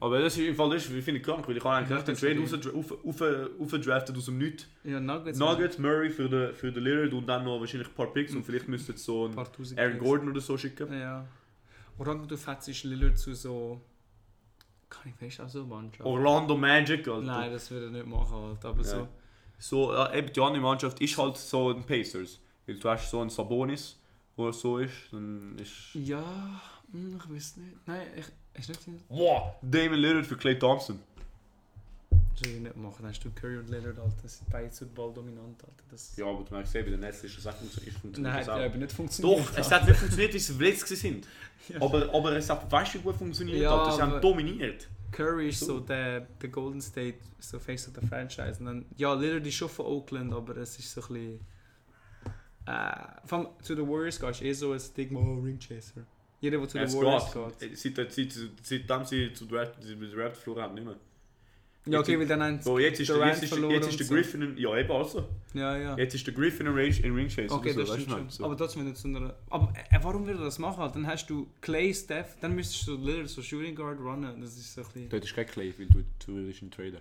A: Aber das ist im Fall, das ist, finde ich krank, weil ich habe eigentlich
B: Ja,
A: echt den
B: das
A: Trade
B: ist
A: rausgedraftet raus, rauf- rauf- raufgedraftet aus dem Nichts.
B: Ja, Nuggets...
A: Nuggets, Murray für den, für den Lillard und dann noch wahrscheinlich ein paar Picks und
B: Mhm.
A: vielleicht müsste jetzt so
B: Ein
A: ein
B: paar tausend
A: Aaron
B: Picks.
A: Gordon oder so schicken.
B: Ja. Oder du fetzest Lillard zu so... Kann ich weiß auch so eine Mannschaft.
A: Orlando Magic, Alter.
B: Nein, das würde ich nicht machen, halt. aber so.
A: Ja. So, ja, eben die andere Mannschaft ist halt so ein Pacers. Weil du hast so einen Sabonis, wo er so ist, dann ist...
B: Ja, hm, ich weiß nicht. Nein, ich, ist nicht.
A: Wow! Damon Lillard für Clay Thompson.
B: Das würde ich nicht machen. Dann hast du Curry und Lillard, Alter. Das sind beide so balldominant, Alter. Das
A: Ja, aber du merkst eben, der Netz ist das echt nicht
B: Nein,
A: funktioniert.
B: hat ja eben nicht funktioniert.
A: Doch, es
B: Alter.
A: hat nicht funktioniert, weil sie verletzt waren.
B: Ja.
A: Aber, aber es hat weißt du, wie gut funktioniert,
B: Ja,
A: Alter. Sie
B: aber-
A: haben dominiert.
B: Curry ist
A: So.
B: so der, der Golden State, so Face of the Franchise. Und dann, ja, Lillard ist schon von Oakland, aber es ist so ein bisschen... Äh, vor allem zu den Warriors gehst du eh so ein Stigma, oh, Ringchaser. Jeder, der zu den
A: es
B: Warriors
A: geht. Äh,
B: geht.
A: Seit, seit, seit, seitdem sie zu Draft, sie mit Draft verloren haben, nicht mehr.
B: Ja, okay, weil dann haben sie
A: So, jetzt ist, der,
B: Durant
A: jetzt ist,
B: verloren
A: jetzt ist der
B: und so.
A: Griffin, in, ja eben also.
B: Ja, ja.
A: Jetzt ist der Griffin in Range in Ring Chase.
B: Okay,
A: oder
B: das
A: so, weißt
B: stimmt
A: du,
B: schon.
A: so.
B: Aber trotzdem nicht zu einer... Aber äh, warum würde er das machen? Alter? Dann hast du Clay, Steph, dann müsstest du Lillard so Shooting Guard runnen. Das ist so ein bisschen...
A: Dort ist kein Clay, weil du zu willst ein Trader.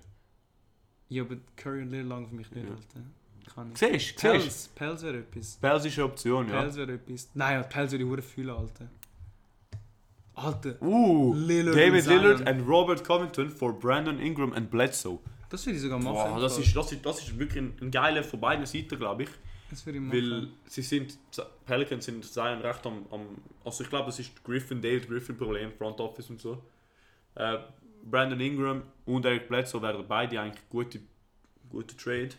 B: Ja, aber Curry und Lillard langen für mich nicht,
A: Ja.
B: Alter. Kann ich.
A: Siehst du, siehst
B: Pels, Pels wäre etwas.
A: du. Pels ist eine Option, ja.
B: Pels wäre etwas. Nein, die Pels würde ich hure fühlen, Alter. Alter,
A: Uh,
B: Lillard und
A: David
B: Zion.
A: Lillard and Robert Covington for Brandon Ingram and Bledsoe.
B: das würde ich sogar machen.
A: Boah,
B: im
A: das,
B: Fall.
A: ist, das, ist, das ist wirklich ein, ein geiler von beiden Seiten, glaube ich.
B: Das würde ich
A: Weil
B: machen.
A: sie sind, Pelicans sind Zion recht am, am also ich glaube, das ist Griffin, David Griffin Problem, Front Office und so. Äh, Brandon Ingram und Eric Bledsoe wären beide eigentlich gute, gute Trade.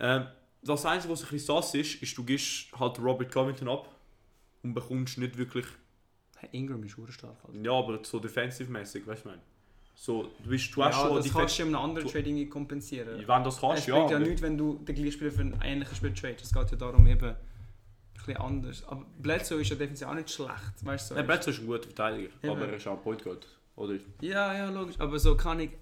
A: Ähm, das Einzige, was ein bisschen sass ist, ist, du gibst halt Robert Covington ab und bekommst nicht wirklich,
B: Hey, Ingram ist hure stark, Alter.
A: ja, aber so defensive-mäßig, weißt du, ich meine. So, du bist, du hast
B: ja,
A: schon
B: das
A: Defen-
B: kannst du in einem anderen
A: du-
B: Trading irgendwie kompensieren.
A: Wenn das
B: es
A: kannst, ja.
B: bringt ja
A: aber-
B: nichts, wenn du den gleichen Spieler für einen ähnlichen Spieler tradest. Es geht ja darum, eben ein bisschen anders. Aber Bledsoe ist ja defensiv auch nicht schlecht, weißt du? so.
A: Nein, Bledsoe ist ein guter Verteidiger,
B: Ja.
A: aber er ist auch ein Point Guard. Oder
B: ja, ja, logisch. Aber so kann ich...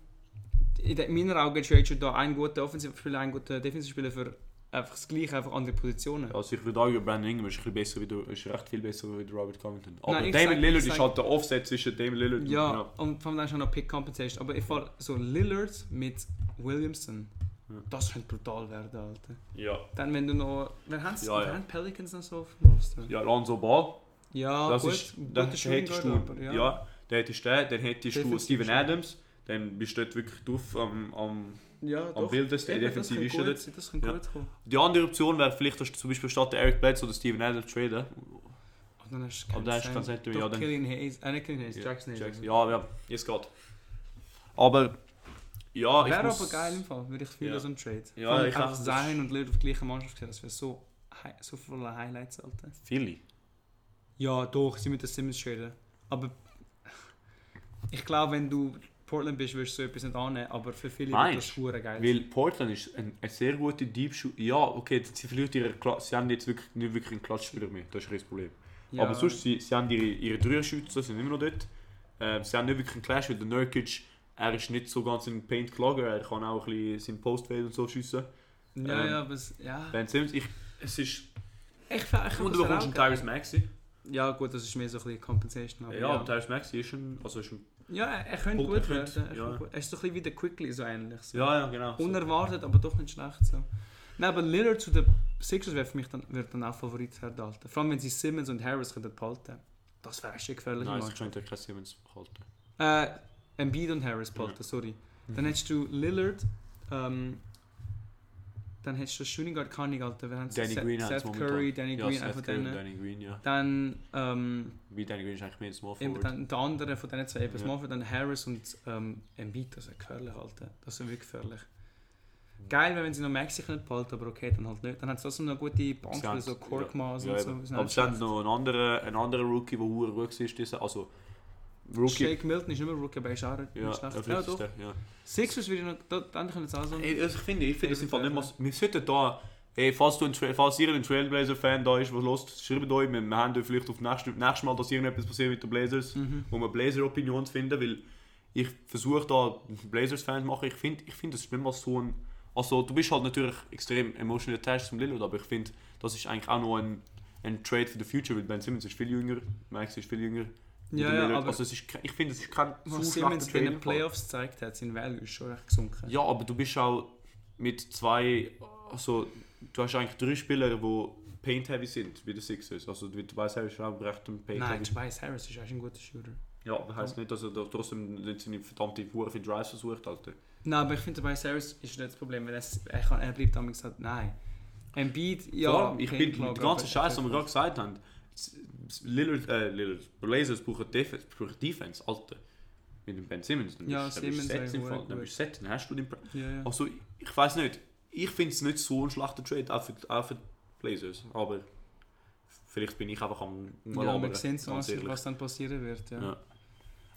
B: In de- in meinen Augen tradest du da einen guten Offensivspieler, einen guten Defensivspieler für einfach das Gleiche, einfach andere Positionen.
A: Also ich würde sagen, Brandon Ingram ist, ein bisschen besser wie du, ist recht viel besser wie der Robert Covington. Aber
B: Nein, ich
A: Damon
B: sag-
A: Lillard ist
B: ich sag-
A: halt der Offset zwischen Damon Lillard
B: Ja,
A: und...
B: und vor allem dann ist auch noch Pick Compensation. Aber ich fahre so Lillard mit Williamson.
A: Ja.
B: Das könnte brutal werden, Alter.
A: Ja.
B: Dann, wenn du noch. Wer hat
A: Ja,
B: wer
A: ja.
B: haben Pelicans noch so auf dem Roster?
A: Ja, Lonzo Ball,
B: Ja,
A: das
B: Ah, gut.
A: ist...
B: guter
A: Dann
B: Shooting
A: hättest du...
B: Guard, aber
A: ja. dann hättest du den, dann hättest du
B: Defensiv
A: Steven
B: schon.
A: Adams, dann bist du dort wirklich drauf am... am
B: ja
A: am
B: doch.
A: wildesten,
B: Eben, das
A: defensiv
B: könnte
A: ist er
B: gut
A: dort.
B: sein, Das könnte
A: Ja.
B: gut kommen.
A: Die andere Option wäre vielleicht, dass du zum Beispiel statt Eric Bledsoe oder Steven Adams traden.
B: Und dann hast du
A: Aber dann hast du keinen Center, ja,
B: Doch,
A: dann-
B: Killian Hayes. Äh, nicht Killian Hayes,
A: Ja,
B: Jackson Hayes.
A: Jackson. Ja, ja, jetzt geht. Aber... Ja, ich
B: Wäre
A: muss...
B: aber geil im Fall, würde ich fühlen,
A: Ja.
B: so ein Trade.
A: Ja,
B: Vor allem
A: ich
B: einfach
A: auch, das-
B: Zion und Lillard auf der gleichen Mannschaft gesehen, das wäre so, hi- so voller Highlights, Alter.
A: Philly.
B: Ja, doch, sie mit den Simmons traden. Aber ich glaube, wenn du Portland bist, wirst du so etwas nicht annehmen, aber für viele wird das
A: Meinst
B: schwer geil.
A: Weil Portland ist ein, ein sehr guter Deep Shooter. Ja, okay, sie verliert ihre Kla sie haben jetzt wirklich nicht wirklich einen Klatschspieler mehr, das ist kein Problem.
B: ja,
A: Aber sonst, sie, sie haben ihre, ihre Dreierschützen, sind immer noch dort. Ähm, sie haben nicht wirklich einen Clash, weil der Nurkic, er ist nicht so ganz in den Paint gelagert, er kann auch ein bisschen seinen Postfade und so schiessen.
B: Ja,
A: ähm,
B: ja, aber es, ja.
A: Ben Simmons, ich, es ist...
B: Ich, ich, ich
A: Und du bekommst einen Tyrese Maxi.
B: Ja, gut, das ist mehr so ein bisschen Compensation.
A: Ja, genau.
B: Aber
A: ja.
B: ja, ja.
A: Tyrese Maxi ist ein... Also ist ein
B: er, er könnte
A: Gut, er
B: gut
A: könnte,
B: werden. Er,
A: ja.
B: könnte gut. er ist so ein bisschen wie der Quickly, so ähnlich. So.
A: ja, ja, genau. so.
B: Unerwartet, aber doch nicht schlecht. So. Nein, aber Lillard zu den Sixers wäre für mich dann, wird dann auch Favorit werden, Alter. Vor allem, wenn sie Simmons und Harris könnten behalten. Das wäre eine gefährliche
A: Nein,
B: Mannschaft.
A: ich könnte keinen Simmons halten.
B: Äh, Embiid und Harris behalten,
A: Ja. Mhm.
B: sorry. Dann hättest du Lillard, ähm, dann hättest du Shooting Guard Cunning, Alter. Wir haben
A: Danny
B: Seth,
A: Green hat's
B: Seth Curry, Danny
A: Ja,
B: Green,
A: Seth
B: einer von
A: Curry und
B: denen.
A: Danny Green, ja.
B: Dann, ähm,
A: Wie Danny Green ist eigentlich mehr ein Small
B: eben
A: Forward.
B: dann der andere von diesen zwei, eben
A: Ja.
B: Smallwood, dann Harris und ähm, Embiid, das ist gefährlich, Alter. halt, Das ist wirklich gefährlich. Geil wäre, wenn sie noch Maxi können behalten, aber okay, dann halt nicht. Dann hat es trotzdem noch gute
A: Sie
B: Banken,
A: haben-
B: so Korkmaß
A: ja,
B: und
A: eben.
B: so. Ist
A: Aber
B: Also nicht
A: sie haben
B: schlecht.
A: noch einen anderen, einen anderen Rookie, der sehr gut war. Diese, also, Rookie.
B: Shake Milton ist nicht mehr Rookie, aber er ist auch nicht
A: Ja,
B: schlecht.
A: vielleicht
B: Ja,
A: ist
B: doch.
A: der, ja.
B: Sixers würde ich noch, da- dann können sie auch so einen-
A: Ey, also ich finde, ich finde das
B: David
A: im Fall nicht mal.
B: Bradley.
A: Wir sollten da. Ey, falls, du ein Tra- falls ihr ein Trailblazer-Fan da ist, was los, schreibt euch. Wir, wir haben euch vielleicht auf nächstes, nächstes Mal, dass irgendetwas passiert mit den Blazers,
B: Mhm.
A: wo wir Blazer-Opinion finden, weil ich versuche da Blazers-Fan zu machen. Ich finde, ich finde, das ist nicht mal so ein. Also, du bist halt natürlich extrem emotional attached zum Lillard, aber ich finde, das ist eigentlich auch noch ein, ein Trade for the future, weil Ben Simmons ist viel jünger, Max ist viel jünger. und
B: Ja,
A: der
B: ja,
A: Lillard-
B: aber
A: also, es ist, ke- ich finde, es ist kein zu
B: was
A: schlechter
B: Simmons
A: Trade
B: in den
A: im Fall.
B: Playoffs gezeigt hat, sein Value ist schon recht gesunken.
A: Ja, aber du bist auch mit zwei, also du hast eigentlich drei Spieler, die Paint-heavy sind, wie der Sixers. Also du weißt, er ist auch recht ein
B: Nein,
A: Paint-heavy.
B: Tobias Harris ist eigentlich ein guter Shooter.
A: Ja, aber heisst nicht, dass er da trotzdem nicht seine verdammte Fuhr für Drives versucht, Alter.
B: Nein, aber ich finde, Tobias Harris ist nicht das Problem, weil er, er, kann, er bleibt damals gesagt, nein. Embiid, ja,
A: Vor allem, ich
B: kein
A: bin
B: Klage,
A: mit der ganzen
B: aber-
A: Scheiße, die wir gerade gesagt haben. S- s- Lillard, äh, Lillard, Blazers brauchen Def brauchen Defense, Alter. mit dem Ben Simmons. Dann
B: Ja,
A: bist, dann bist
B: Simmons
A: du
B: wäre
A: set im
B: gut,
A: Fall. Dann
B: gut.
A: bist du set, dann hast du den. Pre-
B: Ja, ja.
A: Also, ich weiß nicht. Ich finde es nicht so ein schlechter Trade, auch für, auch für die Blazers. Aber vielleicht bin ich einfach am
B: ja,
A: Rumlabern,
B: wir sehen so,
A: ganz
B: was,
A: ehrlich.
B: was dann passieren wird. Ja.
A: Ja.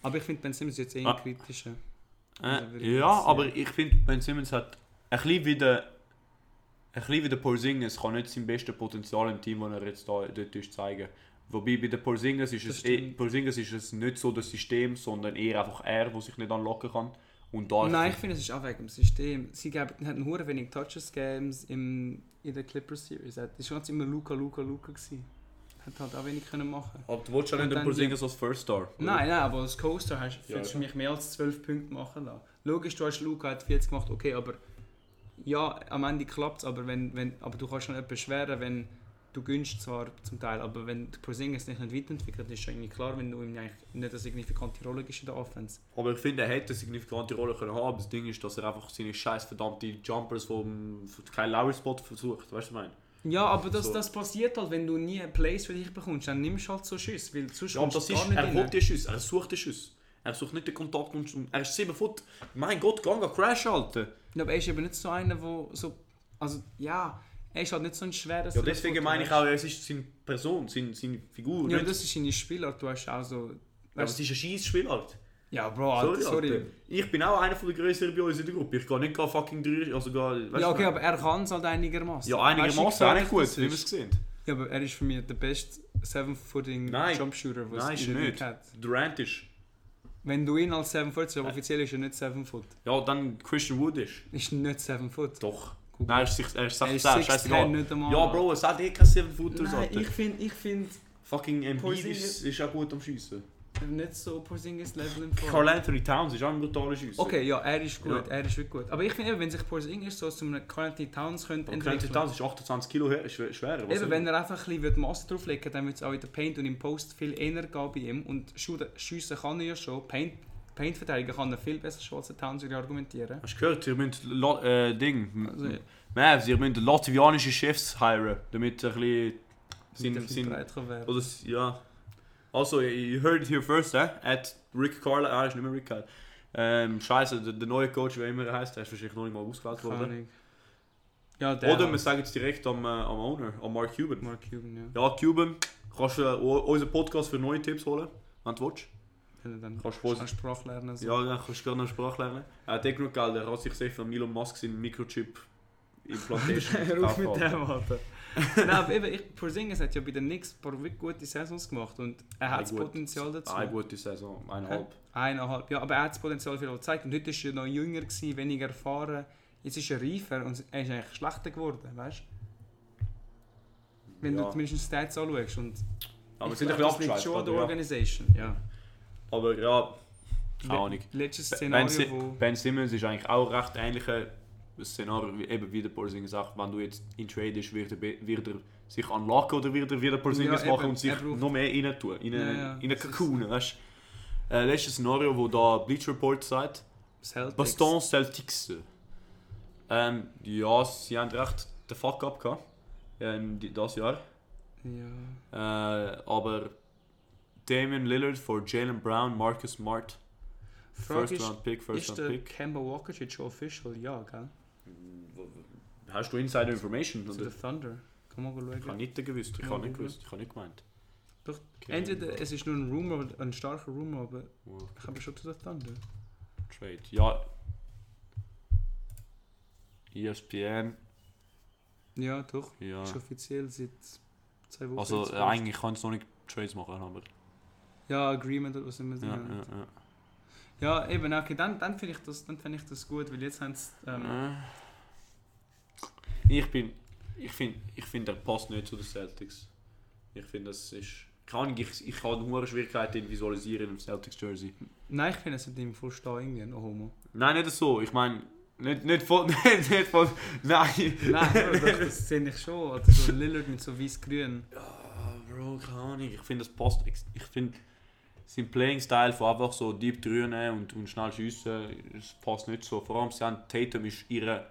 B: Aber ich finde Ben Simmons jetzt eh
A: Ah.
B: ein kritischer. Also würde
A: Äh,
B: ich
A: ja,
B: jetzt,
A: aber
B: ja.
A: ich finde, Ben Simmons hat ein bisschen wie der, ein bisschen wie der Porzingis kann nicht sein bestes Potenzial im Team, das er jetzt da, dort ist, zeigen. Wobei bei der Porzingis ist,
B: Das
A: es, eh,
B: stimmt.
A: Porzingis ist es nicht so das System, sondern eher einfach er, der sich nicht anlocken kann. Und da
B: Nein, ich finde, es ist auch wegen dem System. Sie geben, hatten hure wenig Touches-Games in der Clippers-Series. Es war ganz immer Luca, Luca, Luca. Gewesen. Hat halt auch wenig können machen
A: aber du willst ja
B: Und
A: nicht den
B: dann
A: Porzingis als First Star. oder?
B: Nein, nein, aber als Coaster hast
A: Ja,
B: würdest du
A: ja.
B: mich mehr als 12 Punkte machen lassen. Logisch, du hast Luca hat 40 gemacht, okay, aber ja, am Ende klappt es, aber, wenn, wenn, aber du kannst schon etwas schwerer, wenn du gönnst zwar zum Teil, aber wenn Porzingis nicht weiterentwickelt, ist schon irgendwie klar, wenn du ihm eigentlich nicht eine signifikante Rolle gibst in der Offense.
A: Aber ich finde, er hätte eine signifikante Rolle können haben. Das Ding ist, dass er einfach seine scheiß verdammte Jumpers vom von kein Lowry Spot versucht. Weißt du, was ich meine?
B: Ja, aber das,
A: So.
B: das passiert halt, wenn du nie Plays für dich bekommst, dann nimmst du halt so Schüsse, weil sonst
A: Ja, aber das
B: kommst du
A: ist,
B: gar nicht
A: er
B: rein.
A: holt den Schuss, er sucht den Schuss. Er sucht nicht den Kontakt und und er ist 7 Foot. Mein Gott, gang an Crash, Alter.
B: Ja, aber er ist eben nicht so einer, der so... Also, ja, er ist halt nicht so ein schweres...
A: Ja, deswegen meine ich auch, es ist seine Person, seine, seine Figur.
B: Ja,
A: nicht-
B: aber das ist seine Spielart, du hast auch so...
A: aber es ist ein scheiß Spiel, Alter.
B: Ja, Bro, Alter, sorry.
A: Alter. Ich bin auch einer von der Größeren bei uns in der Gruppe. Ich kann nicht gar fucking drei, also gar... weißt
B: Ja,
A: du,
B: okay,
A: nein.
B: aber er kann es halt einigermaßen.
A: Ja,
B: Weißt
A: einigermaßen
B: du,
A: auch
B: wie
A: nicht gut,
B: das
A: wie wir es
B: ist?
A: sehen.
B: Ja, aber er ist für mich der beste
A: Nein.
B: 7-Footing-Jumpshooter, den
A: Nein,
B: es
A: ist
B: in der Liga
A: nicht.
B: hat.
A: Durant ist...
B: Wenn du ihn als 7 Foot siehst, aber offiziell ist er nicht 7 Foot.
A: Ja, dann Christian Wood ist...
B: Ist nicht 7 Foot.
A: Doch.
B: Guck.
A: Nein, er ist, sech- er ist
B: Er ist
A: 16,
B: 6'10",
A: scheißegal.
B: nicht einmal.
A: Ja, Bro, es hat eh keine 7 Footers,
B: Nein,
A: Alter.
B: ich finde, ich finde
A: Fucking Embiid
B: Porzingis-
A: ist, ist auch gut am Schiessen.
B: nicht so Porzingis Level im Fall.
A: Carl Anthony Towns ist auch ein brutaler Schiesser.
B: Okay, ja, er ist gut,
A: Ja.
B: er ist wirklich gut. Aber ich finde, eben, wenn sich Porzingis so zu einem Quarantine Towns könnte
A: Und Anthony
B: entwickeln.
A: Towns ist 28 Kilo her- schwer- schwerer. was
B: Eben,
A: auch
B: wenn er einfach ein bisschen Masse drauflegen würde, dann würde es auch in der Paint und im Post viel eher gehen bei ihm. Und schiessen kann er ja schon. Paint, Paint verteidigen kann er viel besser schon als der Towns, würde ich argumentieren.
A: Hast du gehört, ihr müsst Lo äh, Ding.
B: Also, ja.
A: Mavs, ihr müsst latvianische Chefs heiren, damit er ein bisschen.
B: Sind,
A: Sind, sind,
B: breit kann werden.
A: oder, s- ja. Also, you heard it here first, eh? At Rick Carla, ah, ist nicht mehr Rick Carla. Ähm, Scheiße, der, der neue Coach, wie immer er heißt, der ist wahrscheinlich noch nicht mal ausgewählt
B: Keine
A: worden.
B: Ahnung. Ja, der.
A: Oder wir sagen es direkt am, äh, am Owner, am Mark Cuban.
B: Mark Cuban, ja.
A: Ja, Cuban, kannst du äh, u- unseren Podcast für neue Tipps holen, wenn du willst.
B: Wenn er dann
A: Kannst du
B: kann Sprache lernen. So.
A: Ja, dann kannst du gerade noch Sprache lernen. Er hat eh genug Geld, er hat sich safe von Elon Musk seinen Microchip-Implantation
B: Hör auf mit dem, Alter. Nein, aber eben, ich, Porzingis hat ja bei den Knicks ein paar wirklich gute Saisons gemacht und er hat
A: Nein,
B: das
A: gut.
B: Potenzial dazu.
A: Eine gute Saison, eineinhalb.
B: Eineinhalb, ja, aber er hat das Potenzial viel gezeigt. Und heute war er noch jünger, gewesen, weniger erfahren. Jetzt ist er reifer und er ist eigentlich schlechter geworden, weißt du? Wenn
A: ja.
B: du zumindest die Stats anschaust. Und
A: aber
B: ich
A: sind ein
B: glaub,
A: bisschen
B: das liegt
A: abgeschweift.
B: schon an der
A: Aber, ja.
B: Organisation, ja.
A: aber ja, keine Ahnung.
B: Letztes
A: Ben, Si-
B: Szenario, wo...
A: ben Simmons ist eigentlich auch recht ähnliches Szenario, wie, eben wie der Porzingis sagt, wenn du jetzt in Trade bist, wird er, be- wird er sich anlocken oder wird er wieder Porzingis
B: Ja,
A: machen
B: eben,
A: und sich
B: er braucht-
A: noch mehr rein tun, in
B: Ja,
A: einen
B: ja,
A: in eine
B: das ist-
A: Cocoon, weißt du. Äh, letztes Szenario, wo da Bleach Report sagt,
B: Celtics.
A: Boston Celtics. Ähm, ja, sie haben recht den Fuck-up gehabt. Ähm, die- das Jahr.
B: Ja.
A: Äh, aber Damian Lillard for Jalen Brown, Marcus Smart.
B: Frage
A: First
B: ist,
A: round pick, first
B: ist
A: round
B: der
A: pick.
B: Kemba Walker jetzt schon official? Ja, gell?
A: Hast du Insider Information?
B: Zu
A: Oder?
B: der Thunder. Kann man
A: Ich habe
B: schauen.
A: nicht gewusst, ich
B: Ja,
A: habe nicht
B: google.
A: gewusst, ich habe nicht gemeint.
B: Doch,
A: Okay.
B: Entweder es ist nur ein Rumor, ein starker Rumor, aber
A: Wow,
B: ich habe schon zu der Thunder.
A: Trade. Ja. E ESPN,
B: Ja, doch.
A: ja.
B: Ist offiziell seit zwei Wochen.
A: Also
B: jetzt
A: äh,
B: fast.
A: eigentlich kann es noch nicht Trades machen, aber.
B: Ja, Agreement oder was immer sie
A: Ja,
B: haben.
A: ja, ja.
B: Ja, eben, okay, dann, dann finde ich, das- dann fänd ich das gut, weil jetzt haben sie. Ähm,
A: Äh. Ich bin. Ich finde, ich find, er passt nicht zu den Celtics. Ich finde, das ist. Kann ich, ich habe hohe Schwierigkeiten in Visualisieren im Celtics Jersey.
B: Nein, ich finde, es sind ihm voll stehen, irgendwie, noch Homo.
A: Nein, nicht so. Ich meine, nicht, nicht von. Nicht, nicht von. Nein.
B: Nein, Bro, doch, das sehe ich schon. Oder so Lillard mit so weiß-grün.
A: Ah, Bro, keine Ahnung. Ich finde, das passt. ex- Ich finde, sein Playing-Style von einfach so deep drüben und, und schnell schiessen, es passt nicht so. Vor allem, sie haben Tatum ist ihre.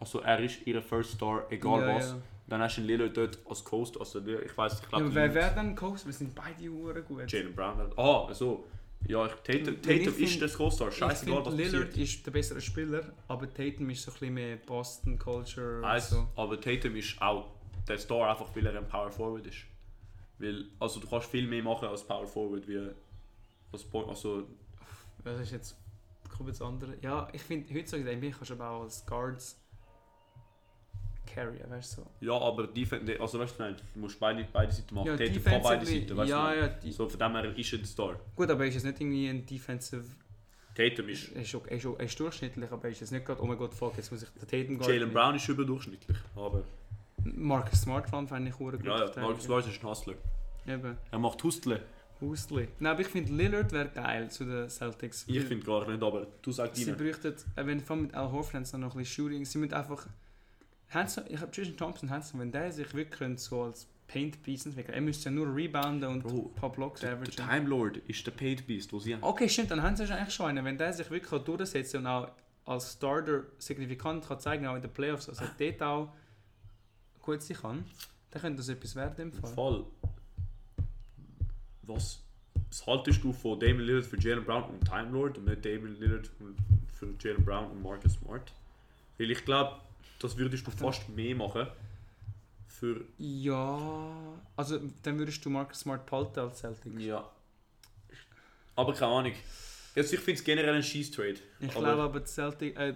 A: Also, er ist ihre First Star, egal
B: ja,
A: was.
B: Ja.
A: Dann hast du einen Lillard dort als Coast, also der- ich weiß, ich
B: Ja,
A: glaube,
B: aber wer wäre dann Coach? Wir sind beide Huren gut.
A: Jalen Brown. Ah, so. Ja, ich, Tatum,
B: Ich find-
A: Tatum ist der Co-Star. Scheißegal, was
B: ich find, Lillard
A: passiert.
B: ist der bessere Spieler, aber Tatum ist so ein bisschen mehr Boston Culture.
A: Eins,
B: So.
A: aber Tatum ist auch der Star, einfach weil er ein Power Forward ist. Weil, also du kannst viel mehr machen als Power Forward, wie als Point, also
B: Das ist jetzt kommt jetzt andere. Ja, ich finde heutzutage in der NBA kannst du aber auch als Guards carryen, weißt du? So.
A: ja, aber Defense, also weißt du, nein, du musst beide, beide Seiten machen.
B: Ja,
A: Tatum kann beide
B: defensively-
A: Seiten, weißt
B: ja,
A: du.
B: ja, die,
A: So, von dem her ist er der Star.
B: gut, aber er ist jetzt nicht irgendwie ein Defensive.
A: Tatum ist.
B: Er ist, okay, er ist, er ist durchschnittlich, aber er ist jetzt nicht gerade, oh mein Gott, fuck, jetzt muss ich den Tatum
A: Jalen Brown ist überdurchschnittlich, aber
B: Marcus Smart fand ich auch gut.
A: ja,
B: auf
A: ja,
B: der-
A: Marcus Smart ist ein Hustler.
B: Eben.
A: Er macht Hustler.
B: Hustli. Nein, aber ich finde Lillard wäre geil zu den Celtics.
A: Ich finde gar nicht, aber du sagst
B: Sie
A: ihn.
B: bräuchten, äh, wenn vor allem mit Al Horford haben sie noch ein bisschen Shooting, sie müssen einfach. haben sie- ich habe Tristan Thompson, haben sie- wenn der sich wirklich könnte, so als Paint Piece entwickeln er müsste ja nur rebounden und
A: Bro,
B: ein paar Blocks
A: Der, der
B: averagen.
A: Time Lord ist der Paid Beast, den sie haben.
B: Okay, stimmt, dann haben sie eigentlich schon einen. Wenn der sich wirklich kann durchsetzen und auch als Starter signifikant kann zeigen auch in den Playoffs,
A: Ah.
B: also dort auch gut sein kann, dann könnte das etwas werden im Fall.
A: Fall. Was, was haltest du von Damon Lillard für Jalen Brown und Time Lord und nicht Damon Lillard für Jalen Brown und Marcus Smart? Weil ich glaube, das würdest du fast mehr machen für.
B: Ja, also dann würdest du Marcus Smart behalten als Celtics.
A: Ja. Aber keine Ahnung. Jetzt, ich finde es generell ein scheiß Trade.
B: Ich
A: Aber-
B: glaube aber, die Celtic, äh,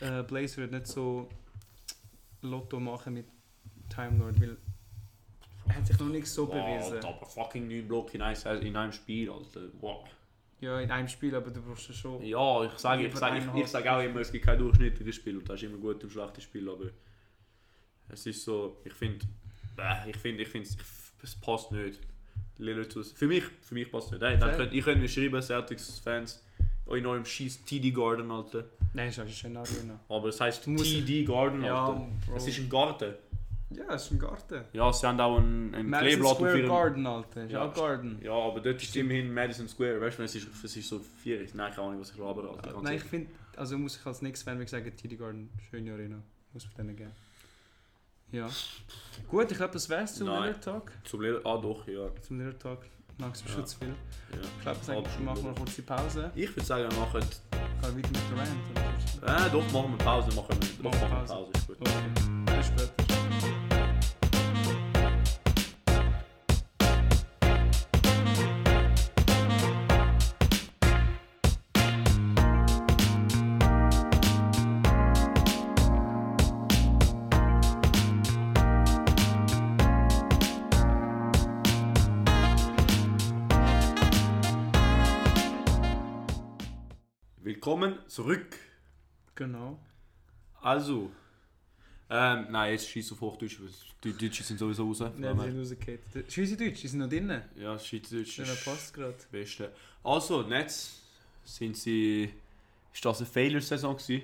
B: äh, Blaze wird nicht so Lotto machen mit Time Lord, weil er hat sich noch nicht so bewiesen.
A: Wow, aber fucking 9 Block in, eins, in einem Spiel, Alter. Wow.
B: Ja, in einem Spiel, aber du brauchst ja schon.
A: Ja, ich sage ich
B: Über
A: sag, ich,
B: eineinhalb
A: ich sag auch immer, es gibt kein durchschnittliches Spiel und das ist immer gut und schlechtes Spiel, aber es ist so, ich finde, ich finde, ich finde, es passt nicht. Lillard zu- Für mich, für mich passt es nicht. Hey, dann
B: Fair.
A: könnt, ihr könnt mir schreiben, Celtics-Fans, in eurem scheiß TD Garden, Alter.
B: Nein, das ist schon eine Arena.
A: Aber es heißt
B: Du musst-
A: TD Garden, Alter.
B: Ja, Bro.
A: es ist ein Garten.
B: ja, es ist ein Garten.
A: Ja, sie haben auch ein, ein Kleeblatt
B: Madison
A: auf
B: Square
A: ihrem...
B: Garden, Alter. Ist
A: Ja,
B: ja, auch Garden.
A: Ja, aber dort ist immerhin Madison Square, weißt du, es ist, es ist so vier, nein, keine Ahnung, was ich labere, Alter. ganz
B: Äh, Nein, ich
A: ehrlich.
B: finde, also muss ich als nächstes fan sagen, TD Garden, schöne Arena. Muss man denen geben. Ja. Gut, ich glaube, das wär's zum
A: Nein.
B: Lillard Talk.
A: Zum Lillard, ah doch, ja. ja.
B: Zum Lillard Talk. Langsam
A: Ja.
B: schon zu viel. Ich glaube, wir machen wir eine kurze Pause.
A: Ich würde sagen, wir machen.
B: Fahr weiter mit Durant. oder?
A: Äh, doch, machen wir Pause, machen wir. Doch,
B: Machen wir
A: machen wir
B: Pause.
A: Pause, ist gut.
B: Okay, bis später.
A: Willkommen zurück.
B: Genau.
A: Also. Ähm, nein, jetzt schießt auf Hochdeutsch, weil die Deutschen sind sowieso raus.
B: Nein, die sind rausgekehrt. Die- Scheiße Deutsch, die sind noch drinnen.
A: ja, Schweizerdeutsch
B: Das
A: ist
B: passt
A: das
B: gerade.
A: Beste. Also, Netz sind sie. Ist das eine Failure-Saison gewesen?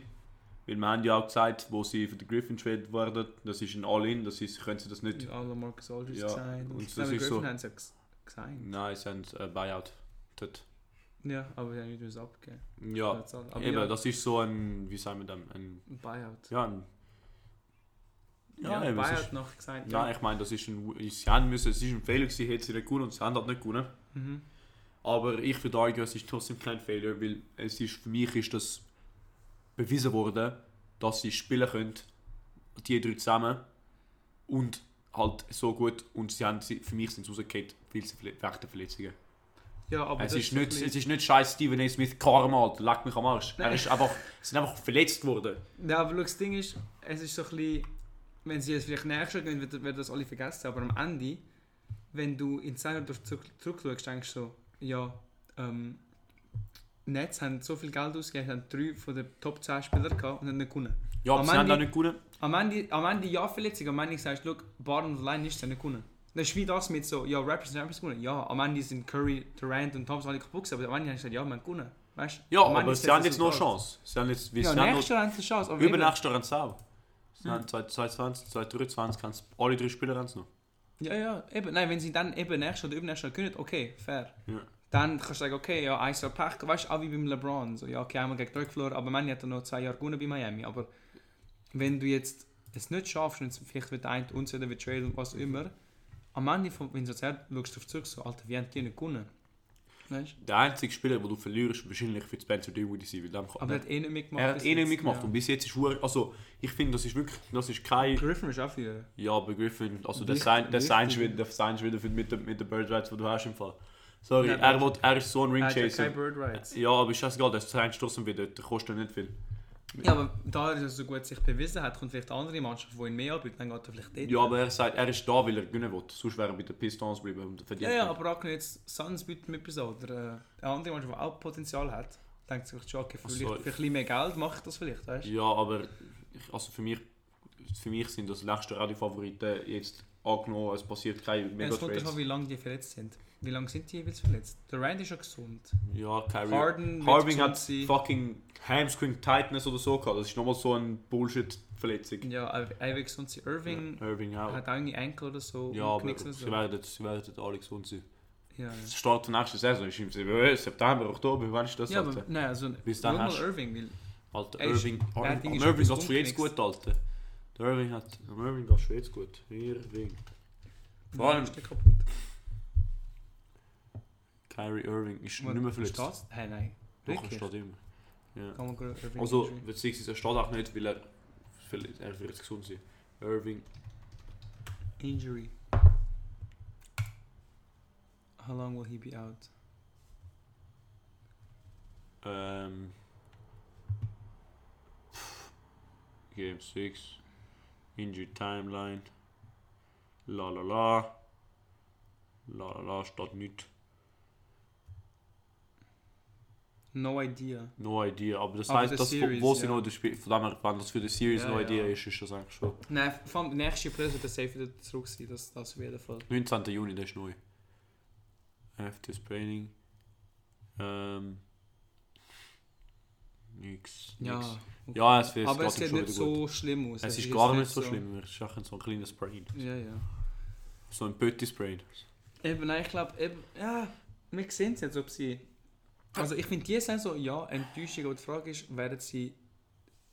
A: Weil wir haben ja auch gesagt, wo sie für den Griffin traded wurden, das ist ein All-In, das ist, können sie das nicht.
B: Die alle Marcus Aldridge
A: Ja,
B: gesigned.
A: und das
B: Nein,
A: ist
B: Griffin
A: so-
B: haben sie ja ges- gesigned.
A: Nein, sie haben ein Buyout. dort.
B: Ja, aber die haben nicht müssen abgeben.
A: Ja,
B: Hat's alle- aber
A: eben,
B: ja,
A: das ist so ein, wie sagen wir dem, ein,
B: ein Buyout.
A: ja, ein, ja, eben, es
B: Buyout
A: ist,
B: noch gesigned.
A: nein, ich meine, das ist ein, sie haben müssen, es ist ein Fehler gewesen, hätte sie nicht gewonnen und sie haben halt nicht gewonnen.
B: Mhm.
A: Aber ich würde sagen, es ist trotzdem kein Fehler, weil es ist, für mich ist das bewiesen worden, dass sie spielen können, die drei zusammen und halt so gut und sie haben, sie, für mich sind sie rausgekehrt, weil sie verle- wegen der Verletzungen.
B: Ja, aber
A: Es
B: Oh, das
A: ist, nicht,
B: ein
A: es
B: bisschen-
A: ist nicht scheiß Steven A. Smith Karma, Alter, leck mich am Arsch. Er
B: Nein.
A: ist einfach, sie sind einfach verletzt worden.
B: Nein, aber schau, das Ding ist, es ist so ein bisschen... Wenn sie jetzt vielleicht nächstes Jahr gehen, werden werden das alle vergessen. Aber am Ende, wenn du in 10 Jahren zurück, zurückschaust, denkst du so, ja, ähm... Netz haben so viel Geld ausgegeben, haben drei von den Top 10 Spielern gehabt und haben nicht gewonnen.
A: Ja, aber
B: Am
A: sie haben
B: Ende-
A: da nicht gewonnen.
B: Am Ende, am Ende ja Verletzung, am Ende sagst du, look, bottom of the line ist ja nicht gewonnen. Das ist wie das mit so, ja, Rappers sind Rappers gewonnen. Ja, am Ende sind Curry, Durant und Thompson alle kaputt, gewesen, aber am Ende hast du gesagt, ja, wir haben gewonnen. Weißt du?
A: Ja,
B: Am Ende
A: aber
B: ist
A: sie
B: das
A: haben jetzt noch eine
B: Resultat.
A: Chance. Sie haben jetzt, wir
B: Ja,
A: sie haben noch,
B: nächstes Jahr Hm. haben sie eine Chance. aber eben-
A: übernächstes Jahr haben sie auch. Sie haben 2022, 2023, haben sie- alle drei Spieler haben sie noch.
B: Ja, ja, eben. Nein, wenn sie dann eben nächstes oder übernächstes Jahr können, okay, fair.
A: Ja.
B: Dann kannst du sagen, okay, ja, eins Jahr Pech, weißt du, auch wie beim LeBron. So, ja, okay, einmal gegen Dirk verloren, aber man hat dann noch zwei Jahre gewonnen bei Miami. Aber wenn du jetzt es nicht schaffst, und vielleicht wird ein unzufrieden, wird traden, was auch immer, am Ende, vom, wenn du jetzt her, schaust du auf zurück, so, Alter, wie haben die nicht gewonnen? Weißt?
A: Der einzige Spieler, den du verlierst, ist wahrscheinlich für Spencer Dinwiddie sein, weil dem kann-
B: Aber er hat eh nicht mitgemacht.
A: er hat
B: bis
A: eh nicht
B: jetzt.
A: mitgemacht und bis jetzt ist hure- also ich finde, das ist wirklich, das ist kein,
B: Griffin ist auch für.
A: ja, begriffen, also der
B: Wichtig-
A: Sein, der Seinst
B: wichtig.
A: wieder, der Seinst wieder für- mit, den- mit den Bird Rights, die du hast im Fall. Sorry,
B: Ja,
A: er,
B: das-
A: will, er ist so ein
B: Er hat ja keine
A: Ringchaser.
B: Bird Rights.
A: Ja, aber ist scheißegal, der Seinst trotzdem wieder, der kostet nicht viel.
B: Ja, aber da er so gut sich bewiesen hat, kommt vielleicht eine andere Mannschaft, die ihn mehr anbietet, dann geht er vielleicht dort.
A: Ja, aber er sagt, er ist da, weil er gewinnen will. Sonst wäre er bei den Pistons geblieben und verdient.
B: ja, ja,
A: nicht.
B: aber auch jetzt Suns bieten mit etwas an, oder äh, eine andere Mannschaft, die auch Potenzial hat, denkt sich schon, okay,
A: Ach
B: vielleicht
A: so.
B: für ein bisschen mehr Geld mache ich das vielleicht, weißt du?
A: Ja, aber ich, also für mich, für mich sind das letzte Jahr die Favoriten jetzt angenommen. Es passiert kein
B: Ja,
A: mega
B: es kommt
A: Trades.
B: davon, wie lange die verletzt sind. Wie lange sind die jeweils verletzt? Der Rand ist schon gesund.
A: Ja, Kyrie.
B: Harden wird
A: Harving
B: gesund
A: hat
B: sein.
A: fucking Hamstring Tightness oder so gehabt. Das ist nochmal so eine Bullshit-Verletzung.
B: Ja, er er wird gesund sein. Irving
A: Ja, Irving auch.
B: hat auch irgendwie Enkel oder so.
A: Ja,
B: und
A: aber
B: Knicks
A: sie
B: oder so.
A: werden, sie werden alle gesund sein.
B: Ja, ja.
A: Der Start der nächsten Saison ist im September, Oktober, wann ist das?
B: ja
A: Alter,
B: aber nein, also
A: Bis
B: schau
A: dann
B: mal
A: hast-
B: Irving, weil
A: Alter
B: er ist-
A: Irving,
B: er hat
A: Irving,
B: irgendwie
A: am Irving
B: schon
A: geht
B: etwas
A: schon jetzt
B: umgewichst.
A: gut, Alter. Der Irving hat, am Irving geht schon jetzt gut. Irving. Vor allem-
B: Nein, ist der kaputt.
A: Kyrie Irving ist nicht mehr verletzt. Doch,
B: Verstehst du? Hey, nein.
A: er
B: Wirklich?
A: steht immer. Ja.
B: Kann man gut Irving
A: Also,
B: injury.
A: beziehungsweise er steht auch nicht, weil er, verletzt- er wird gesund sein. Irving,
B: Injury. How long will he be out?
A: ähm... pff, Game 6. Injury Timeline. La la la. La la la, steht nicht.
B: No idea.
A: No idea, aber das
B: Aber
A: heißt,
B: der
A: das, wo,
B: Series,
A: wo sie
B: ja.
A: noch das Spiel, von dem her, wenn das für die Series
B: Ja,
A: no
B: ja.
A: idea ist, ist das eigentlich schon.
B: Nein, vom nächsten April wird er safe wieder zurück sein, das, das auf jeden Fall.
A: 19. Juni, das ist neu. FTS Training. Ähm. Nix.
B: Ja.
A: nix.
B: okay.
A: ja es wird
B: Aber
A: geht
B: es
A: ihm
B: sieht
A: schon
B: nicht
A: wieder gut.
B: so schlimm aus.
A: Es
B: Also
A: ist
B: jetzt
A: gar nicht so schlimm, es ist einfach so ein kleiner Sprain.
B: Ja, ja.
A: So ein Pötti-Sprain.
B: Eben, nein, ich glaube, eben, ja, wir sehen es jetzt, ob sie. Also, ich finde, die Saison, ja, Enttäuschung, aber die Frage ist, werden sie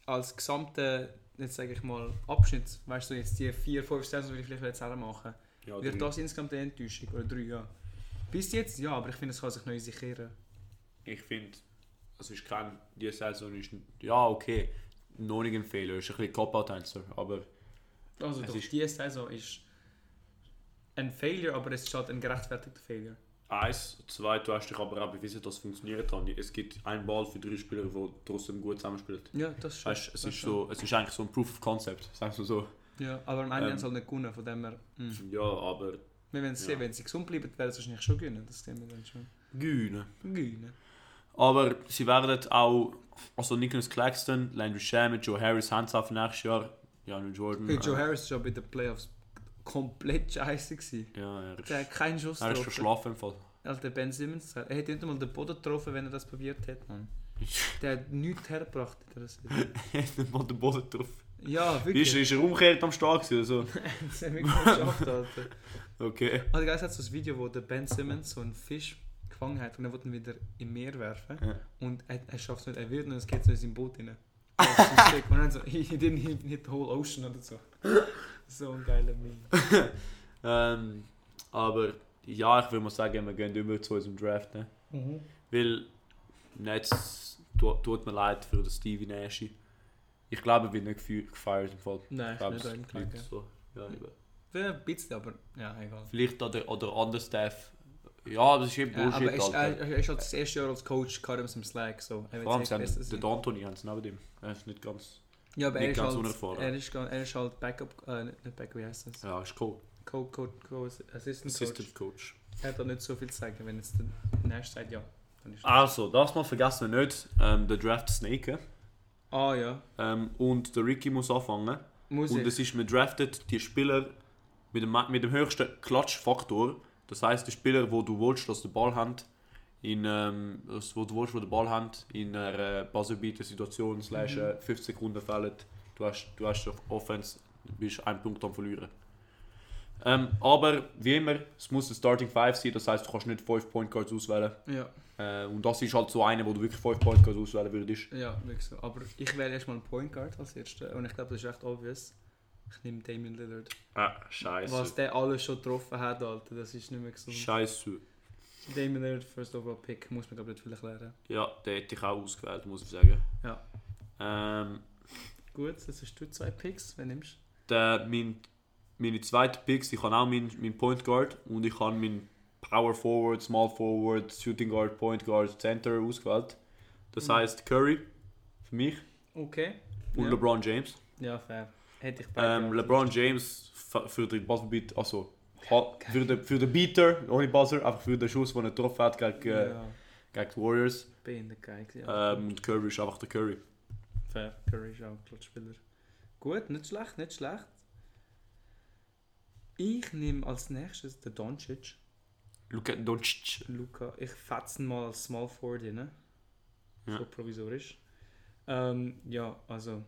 B: als gesamte, jetzt sage ich mal, Abschnitt, weißt du, jetzt die vier, fünf Saisons, die ich vielleicht zusammen machen
A: Ja,
B: wird das insgesamt eine Enttäuschung? Oder drei, ja. Bis jetzt, ja, aber ich finde, es kann sich neu sichern.
A: Ich finde, es ist kein. Die Saison ist. Ja, okay. Noch nicht ein Fehler, es ist ein bisschen Cop-Out-Answer, aber.
B: Also,
A: Es
B: doch,
A: ist-
B: die Saison ist ein Failure, aber es ist halt ein gerechtfertigter Failure.
A: Eins, zwei, du hast dich aber auch bewiesen, dass es funktioniert hat. Es gibt einen Ball für drei Spieler, der trotzdem gut zusammenspielt.
B: Ja, das schon.
A: Weißt, es, ist so, es ist eigentlich so ein Proof of Concept, sagst du so.
B: Ja, aber am Ende
A: Ähm.
B: haben sie halt nicht gewonnen, von dem her. mm.
A: Ja, aber.
B: Wir werden sehen,
A: Ja.
B: wenn sie gesund bleiben, werden sie wahrscheinlich schon gewinnen. Das sehen wir dann schon.
A: Güne.
B: Gewinnen.
A: Aber sie werden auch. Also Nicholas Claxton, Landry Shamet, Joe Harris, Hands auf nächstes Jahr. Ja, nur Jordan.
B: Hey, Joe
A: äh,
B: Harris war bei den Playoffs komplett scheiße. gewesen.
A: Ja, er ist,
B: Der hat keinen Schuss
A: er ist verschlafen
B: getroffen.
A: im Fall.
B: Alter, Ben Simmons, er hätte nicht mal den Boden getroffen, wenn er das probiert hätte. Mann. Der hat nichts hergebracht in der Serie.
A: Er hat nicht mal den Boden drauf.
B: Ja,
A: Ist,
B: wirklich.
A: ist er umgekehrt am Start gewesen? oder
B: Das hat wirklich geschafft, Alter.
A: So. Okay.
B: Alter, Also, guys, hat so ein Video, wo der Ben Simmons so einen Fisch gefangen hat und er wollte ihn wieder im Meer werfen.
A: Ja.
B: Und er, er schafft es nicht, er wird und es geht so in sein Boot rein. Oh, das ist sick. und dann so, he he didn't hit, hit the whole ocean oder so. So ein geiler Meme.
A: Ähm, aber ja, ich würde mal sagen, wir gehen über zu unserem Draft. Ne?
B: Mhm.
A: Weil Netz tut, tut mir leid für den Stevie Nash. Ich glaube, er wird nicht gefeu- gefeiert im Fall.
B: Nein,
A: Ich
B: ich bin
A: glaube,
B: nicht
A: es
B: angeklagt.
A: bleibt so. Ja, eben.
B: Ja, ein bisschen, aber ja, egal.
A: Vielleicht an der, an der anderen Staff. Ja, das ist eben
B: Ja, aber
A: Bullshit.
B: er ist, er,
A: Alter.
B: er ist halt das erste Jahr als Coach, kann ihm im Slack, so. Er
A: Vor allem,
B: wird
A: sie
B: sicher
A: haben
B: besser
A: den
B: sein.
A: D'Antoni haben sie neben dem. Er ist nicht ganz...
B: Ja, aber er
A: nicht
B: ist,
A: ganz
B: halt,
A: unerfahren.
B: er, ist, ga- er ist halt Backup, äh, nicht nicht Backup, wie heißt das?
A: Ja, ist cool.
B: Co Co Co Assistant Coach.
A: Assistant Coach.
B: Er hat da nicht so viel zu sagen, wenn jetzt der Nächste sagt, ja. Dann ist
A: Also, das mal vergessen wir nicht. Ähm, der Draft Snake.
B: Ah ja,
A: Ähm, und der Ricky muss anfangen.
B: muss
A: Und
B: ich.
A: es ist, man draftet die Spieler mit dem, mit dem höchsten Klatschfaktor. Das heißt, die Spieler, wo du willst, dass der Ball haben, in, ähm, das, wo du willst, wo der Ball haben, in einer äh, buzzerbeater Situation, slash äh, 5 Sekunden fällen. Du hast, du hast auf Offense, bist einen Punkt am Verlieren. Ähm, aber wie immer, es muss ein Starting 5 sein, das heißt, du kannst nicht 5 Point Guards auswählen.
B: Ja,
A: Äh, und das ist halt so einer, wo du wirklich 5 Point Guards auswählen würdest.
B: ja, wirklich so. Aber ich wähle erstmal einen Point Guard als Erster und ich glaube, das ist recht obvious. Ich nehme Damian Lillard.
A: Ah, scheiße.
B: Was der alles schon getroffen hat, Alter, das ist nicht mehr gesund.
A: Scheiße.
B: Damon Lillard, First Overall Pick, muss man glaube ich nicht viel erklären.
A: Ja, den hätte ich auch ausgewählt, muss ich sagen.
B: Ja.
A: Ähm,
B: Gut, das hast du zwei Picks, wen nimmst du?
A: der, mein, meine zweite Picks, ich habe auch meinen mein Point Guard und ich habe meinen Power Forward, Small Forward, Shooting Guard, Point Guard, Center ausgewählt. Das
B: Mhm.
A: heißt Curry für mich
B: Okay.
A: und
B: ja.
A: LeBron James.
B: Ja, fair. Hätte ich
A: Ähm,
B: gehabt.
A: LeBron James f- für den Buzzerbeat, also ha- für den, für den Beater, ohne Buzzer, einfach für den Schuss, den er getroffen hat gegen, äh,
B: Ja,
A: gegen die Warriors.
B: bin der Geig. Ja.
A: Ähm, und Curry ist einfach der Curry.
B: Fair. Curry ist auch ein Klatschspieler. Gut, nicht schlecht, nicht schlecht. Ich nehme als nächstes den Doncic.
A: Luka Doncic.
B: Luca, ich fetze ihn mal als Small Forward rein.
A: Ja.
B: So provisorisch. Ähm, ja, also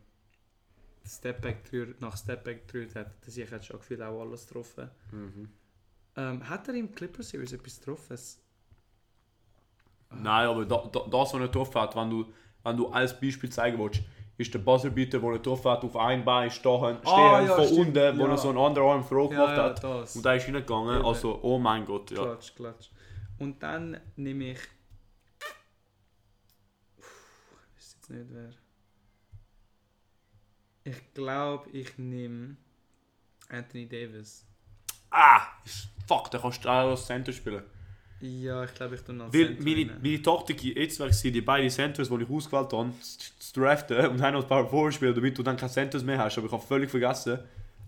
B: Stepback Tür nach Stepback Tür hat der sich hat schon gefühlt auch alles getroffen.
A: Mhm.
B: Ähm, hat er im Clipper Series etwas getroffen?
A: Nein, aber da, da, das, was er getroffen hat, wenn du, wenn du als Beispiel zeigen willst, ist der Buzzerbeater, den er getroffen hat, auf ein Bein stehen, stehen
B: Ah, ja,
A: von
B: stimmt,
A: unten, wo
B: ja.
A: er so einen Underarm Throw gemacht
B: ja,
A: hat.
B: das.
A: Und da ist reingegangen,
B: Eben.
A: also oh mein Gott, ja.
B: Klatsch, klatsch. Und dann nehme ich. Puh, Ich weiß jetzt nicht wer. Ich glaube, ich nehme Anthony Davis.
A: Ah, ist- fuck, da kannst du auch als Center spielen.
B: Ja, ich glaube, ich tue noch
A: Weil meine, meine Taktik jetzt wäre gewesen, die beiden Centers, die ich ausgewählt habe, zu zu draften und dann noch ein paar Forward spielen, damit du dann keine Centers mehr hast. Aber ich habe völlig vergessen,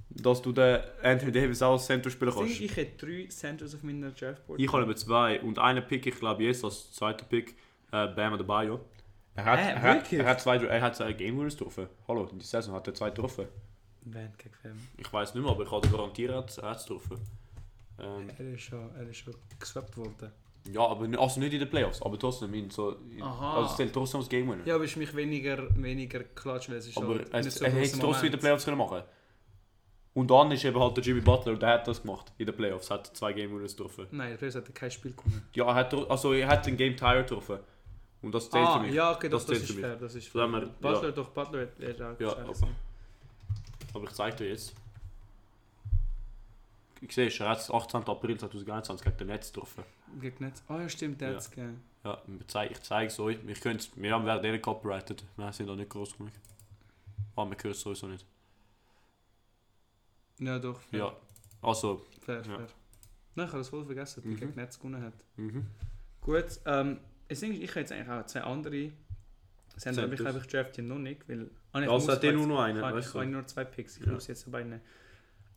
A: dass du den Anthony Davis auch als Center spielen kannst.
B: ich, ich hätte drei Centers auf meiner Draftboard.
A: Ich habe eben zwei und einen Pick, ich glaube jetzt als zweiter Pick, äh, Bam dabei, ja. Er hat,
B: Äh,
A: er, hat,
B: wirklich?
A: er hat zwei, er hat zwei Game Winners getroffen. Hallo, in der Saison hat er zwei getroffen.
B: Wen gegen wen?
A: Ich weiß nicht mehr, aber ich kann dir garantieren, er hat er hat's getroffen. Ähm,
B: Er ist schon, er ist schon geswappt worden.
A: ja, aber n- also nicht in den Playoffs, aber trotzdem, in, so, in,
B: Aha.
A: also es zählt trotzdem als Game Winner.
B: Ja, aber es ist für mich weniger, weniger klatsch, weil es ist
A: aber
B: halt
A: er,
B: nicht
A: er hätte
B: großer
A: es trotzdem in den
B: Moment.
A: Playoffs können machen Und dann ist eben halt der Jimmy Butler, der hat das gemacht in den Playoffs, hat zwei Game Winners getroffen.
B: Nein, der Playoffs hat er kein Spiel gewonnen.
A: Ja, er hat, tro- also er hat den Game Tire getroffen. Und das zählt für mich.
B: Ah, ja, okay,
A: Das
B: das, das,
A: zählt
B: ist
A: für mich.
B: fair, das ist
A: Von
B: fair.
A: dem her,
B: Butler, doch Butler hat er auch
A: Ja,
B: geschafft.
A: aber- Aber ich zeige dir jetzt. Ich sehe, er hat es 18. April 2021 gegen den Netz getroffen.
B: Gegen Netz. Ah ja, stimmt, der
A: Ja.
B: hat es gegeben.
A: Ja, ich zeige, ich zeige es euch. Wir, können's- wir haben während denen copyrighted. Wir sind da nicht groß genug. Aber wir hören es sowieso nicht.
B: Ja, doch, fair.
A: Ja. Also,
B: fair,
A: Ja.
B: fair. Nein, ich habe das voll vergessen, dass er
A: Mhm.
B: gegen Netz gewonnen hat.
A: mhm.
B: Gut, ähm, das Ding ist, ich habe jetzt eigentlich auch zwei andere. Sie haben
A: Centers.
B: aber ich glaube, ich draft ihn noch nicht, weil... Ah, nein, ich
A: Also
B: muss
A: hat der
B: jetzt-
A: nur noch einen,
B: Ich habe ich
A: weißt
B: habe
A: du?
B: nur zwei Picks, ich
A: Ja.
B: muss jetzt dabei nehmen.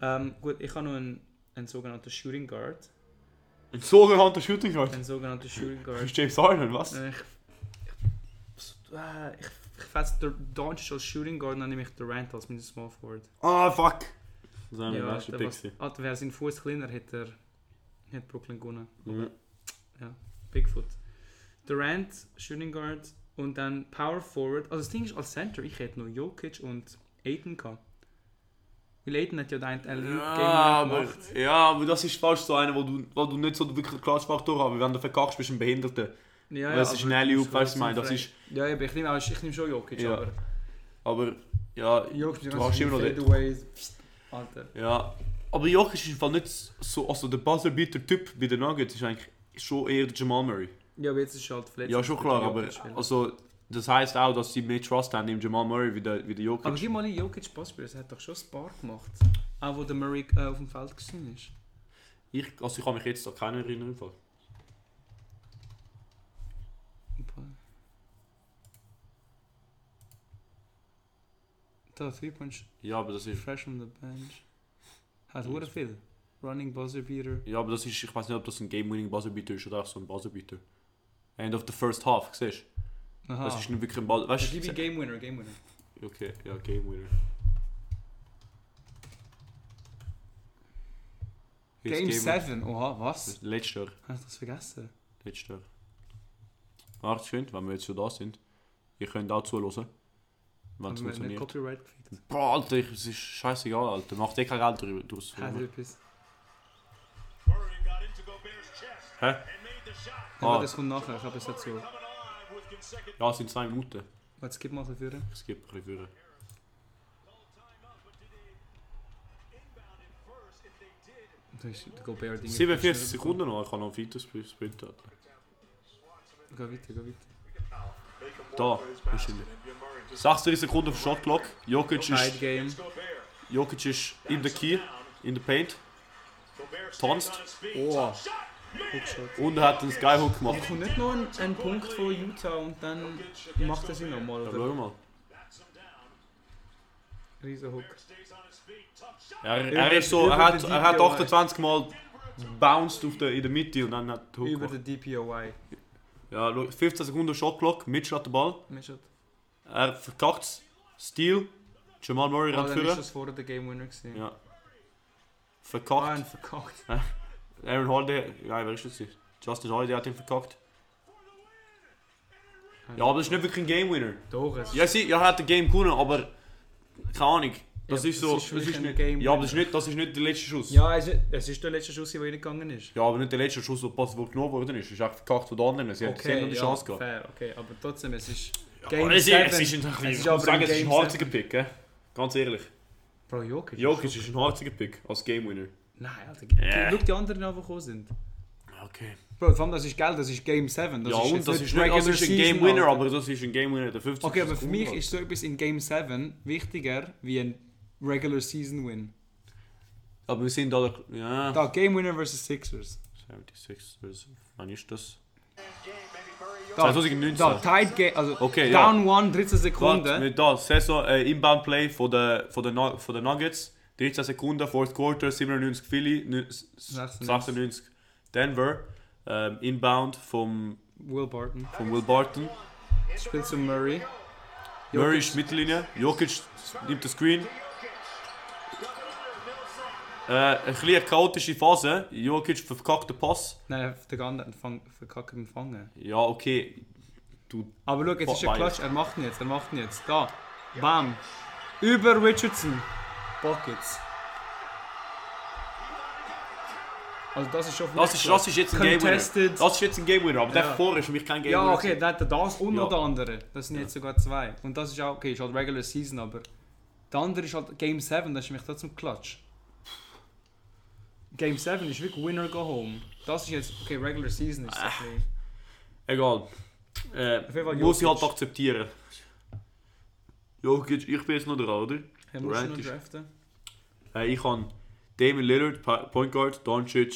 B: Ähm, gut, ich habe noch einen, einen sogenannten Shooting Guard.
A: Ein sogenannter Shooting Guard.
B: Einen sogenannten Shooting
A: Für
B: Guard.
A: James Harden, was?
B: Äh, Ich, ich, äh, ich, ich fasse den Doncic als Shooting Guard, dann nehme ich Durant als meinen Small Forward.
A: Ah, fuck! Das waren die
B: Ja,
A: nächsten
B: Alter,
A: Picks.
B: was, Alter, wäre sein Fuß kleiner, hätte er hätte Brooklyn gewonnen.
A: Mhm.
B: Bigfoot. Durant, Shooting Guard und dann Power Forward. Also das Ding ist, als Center, ich hätte nur Jokic und Aiden gehabt. Weil Aiden hat ja dein Elite-Game
A: Ja, aber,
B: gemacht.
A: ja, aber das ist fast so einer, wo du, wo du nicht so wirklich einen Klatschfaktor hast, weil wenn du verkackst, bist du ein Behinderter.
B: Ja,
A: Weil es ist
B: aber
A: ein Alley-Oop,
B: du
A: weißt du,
B: musst
A: ich meine, das
B: frei-
A: ist...
B: Ja, eben, ich nehme, auch, ich nehme schon Jokic,
A: Ja.
B: aber...
A: Aber, ja,
B: Jokic, die
A: Du
B: ganzen
A: hast immer noch den-
B: Fadeaways. Alter.
A: Ja, aber Jokic ist im Fall nicht so, also der Buzzerbeater-Typ bei den Nuggets ist eigentlich schon eher der Jamal Murray.
B: Ja, aber jetzt ist er halt verletzt.
A: ja, schon klar, aber
B: Aber
A: also, das heisst auch, dass sie mehr Trust haben im Jamal Murray wie der, wie der Jokic.
B: gib mal ein Jokic Passspiel, das hat doch schon Spark gemacht. Auch wo der Murray äh, auf dem Feld gesehen ist.
A: ich, also ich kann mich jetzt an keinen erinnern. im Fall.
B: Da, Three Punch,
A: Ja, aber das ist...
B: fresh on the bench. Hat
A: Ja,
B: hure
A: das-
B: viel. Running Buzzer Beater.
A: Ja, aber das ist, ich weiß nicht, ob das ein Game-Winning Buzzerbeater ist oder auch so ein Buzzerbeater. End of the first half, siehst du?
B: Aha.
A: Das ist nicht wirklich ein Buzzer... Weißt
B: ich liebe
A: du?
B: Ah. Game Winner, Game Winner.
A: Okay, ja, Game-Winner. Hier ist
B: Game 7, oha, was?
A: Letzter.
B: Habe ich das vergessen?
A: Letzter. Macht's schön, wenn wir jetzt schon da sind. Ihr könnt auch zuhören, wenn es
B: Haben wir
A: funktioniert.
B: nicht Copyright gefickt?
A: Boah, Alter, ich, es ist scheißegal, Alter. Macht eh kein Geld drü- draus.
B: Hat er etwas?
C: Murray got into Gobert's chest
A: Hä?
C: and made the shot.
B: Aber
A: Ah.
B: das kommt nachher, ich habe es dazu.
C: Coming alive with consecutive
A: Ja, es sind zwei Minuten.
B: Warte, skip mal ein bisschen führen.
A: Ich skippe ein bisschen früher.
C: call time up, but did they inbound it first? If they did,
B: Das ist der Gobert-Ding.
A: 47 Sekunden noch, ich kann noch weiter sp- sprinten.
B: Geh weiter, geh weiter.
A: Da, wahrscheinlich. 36 Sekunden auf Shot Clock. Jokic
B: Tight
A: ist,
B: Game.
A: Jokic ist in der Key, in der Paint. Tanzt.
B: Oh. Hookshot.
A: Und er hat einen Skyhook gemacht.
B: Er kommt nicht nur ein, ein Punkt von Utah und dann macht er sie nochmal,
A: Ja,
B: oder?
A: schau mal.
B: Riesen Hook.
A: Er,
B: Über-
A: er, ist so, er,
B: über
A: hat,
B: den
A: er hat
B: DPOY.
A: 28 Mal bounced auf der, in der Mitte und dann hat er Hook
B: Über
A: gemacht.
B: den DPOY.
A: Ja, schau, 15 Sekunden Shot Clock, Mitch hat den Ball.
B: Mischert.
A: Er verkackt es. Steal. Jamal Murray
B: Ah,
A: rennt
B: dann ist
A: führen.
B: das vorher der Game Winner gewesen.
A: Ja.
B: Ah,
A: Verkackt.
B: ein verkackt.
A: Aaron Holiday. Nein, wer ist das? gewesen? Justin Holiday hat ihn verkackt. Ja, aber das ist nicht wirklich ein Game Winner.
B: Doch, es
A: Ja, sie, ja, er hat den Game gewonnen, aber keine Ahnung. Das
B: Ja,
A: ist so.
B: das ist
A: das
B: wirklich
A: ist
B: ein
A: nicht,
B: Game
A: ja, aber
B: Winner.
A: das ist nicht, das ist nicht der letzte Schuss.
B: Ja, es ist, es ist der letzte Schuss, der reingegangen ist.
A: Ja, aber nicht der letzte Schuss, der Pass, der genommen worden ist. Das ist echt verkackt von den anderen. Sie haben gesehen und die
B: ja,
A: Chance gehabt.
B: fair, okay, aber trotzdem, es ist
A: Ja,
B: Game
A: aber es, ist- es
B: seven.
A: ist ein,
B: Es
A: ich
B: ist
A: muss
B: aber
A: sagen,
B: ein
A: es ist ein
B: Game
A: harziger Pick, gell? Ganz ehrlich.
B: Bro, Jokic.
A: Jokic ist ein harziger Pick als Game Winner.
B: Nein, Alter.
A: Ja.
B: Schau die anderen an, die gekommen sind.
A: Okay.
B: Bro, vor allem, das ist geil, das ist Game 7. Das
A: ja,
B: ist
A: und
B: jetzt
A: das ist nicht, also
B: Regular
A: es ist ein
B: Season,
A: Game Winner,
B: Alter.
A: aber das ist ein Game Winner, der 50
B: Okay, aber für
A: Sekunden
B: mich
A: hat.
B: ist so etwas in Game 7 wichtiger wie ein Regular Season Win.
A: Aber wir sind alle. Ja.
B: Da, Game Winner versus Sixers.
A: 76, also, wann ist das?
B: Da,
A: 2019.
B: da tight Game, also
A: Okay, ja.
B: down one, 13
A: Warte,
B: Sekunden.
A: mit da, Saison, äh, Inbound Play von den von der, Nu- von der Nuggets. 13 Sekunden, Fourth Quarter, 97 Philly, nü- s-
B: 96.
A: 96 Denver. Ähm, Inbound vom,
B: Will Barton.
A: vom Will Barton.
B: Spielt zu Murray.
A: Murray ist Mittellinie. Jokic s- nimmt den Screen. Äh, ein bisschen eine chaotische Phase. Jokic verkackt den Pass.
B: Nein, der Gander hat fang- verkackt im Fangen.
A: Ja, okay. Du
B: Aber schau, jetzt ist er
A: Beides.
B: klatsch. Er macht ihn jetzt, er macht ihn jetzt. Da. Bam. Über Richardson. Buckets. Also das ist schon
A: Das ist, das ist jetzt ein Game Winner. Das
B: Contested.
A: ist jetzt ein Game Winner, aber
B: Ja.
A: der vorher ist für mich kein Game
B: Ja,
A: Winner.
B: okay, dann hat er das und noch
A: Ja.
B: der andere. Das sind jetzt sogar zwei. Und das ist auch, okay, ist halt Regular Season, aber der andere ist halt Game 7, das ist nämlich trotzdem Klatsch. Game 7 ist wirklich Winner Go Home. Das ist jetzt, okay, Regular Season ist so ein bisschen-
A: Egal.
B: jeden
A: Äh,
B: Fall
A: muss ich
B: Jokic.
A: halt akzeptieren. Jokic, ich bin jetzt noch dran, oder?
B: Er muss
A: Durant
B: noch
A: ist-
B: draften.
A: Äh, ich habe Damon Lillard, Pa- Point Guard, Doncic.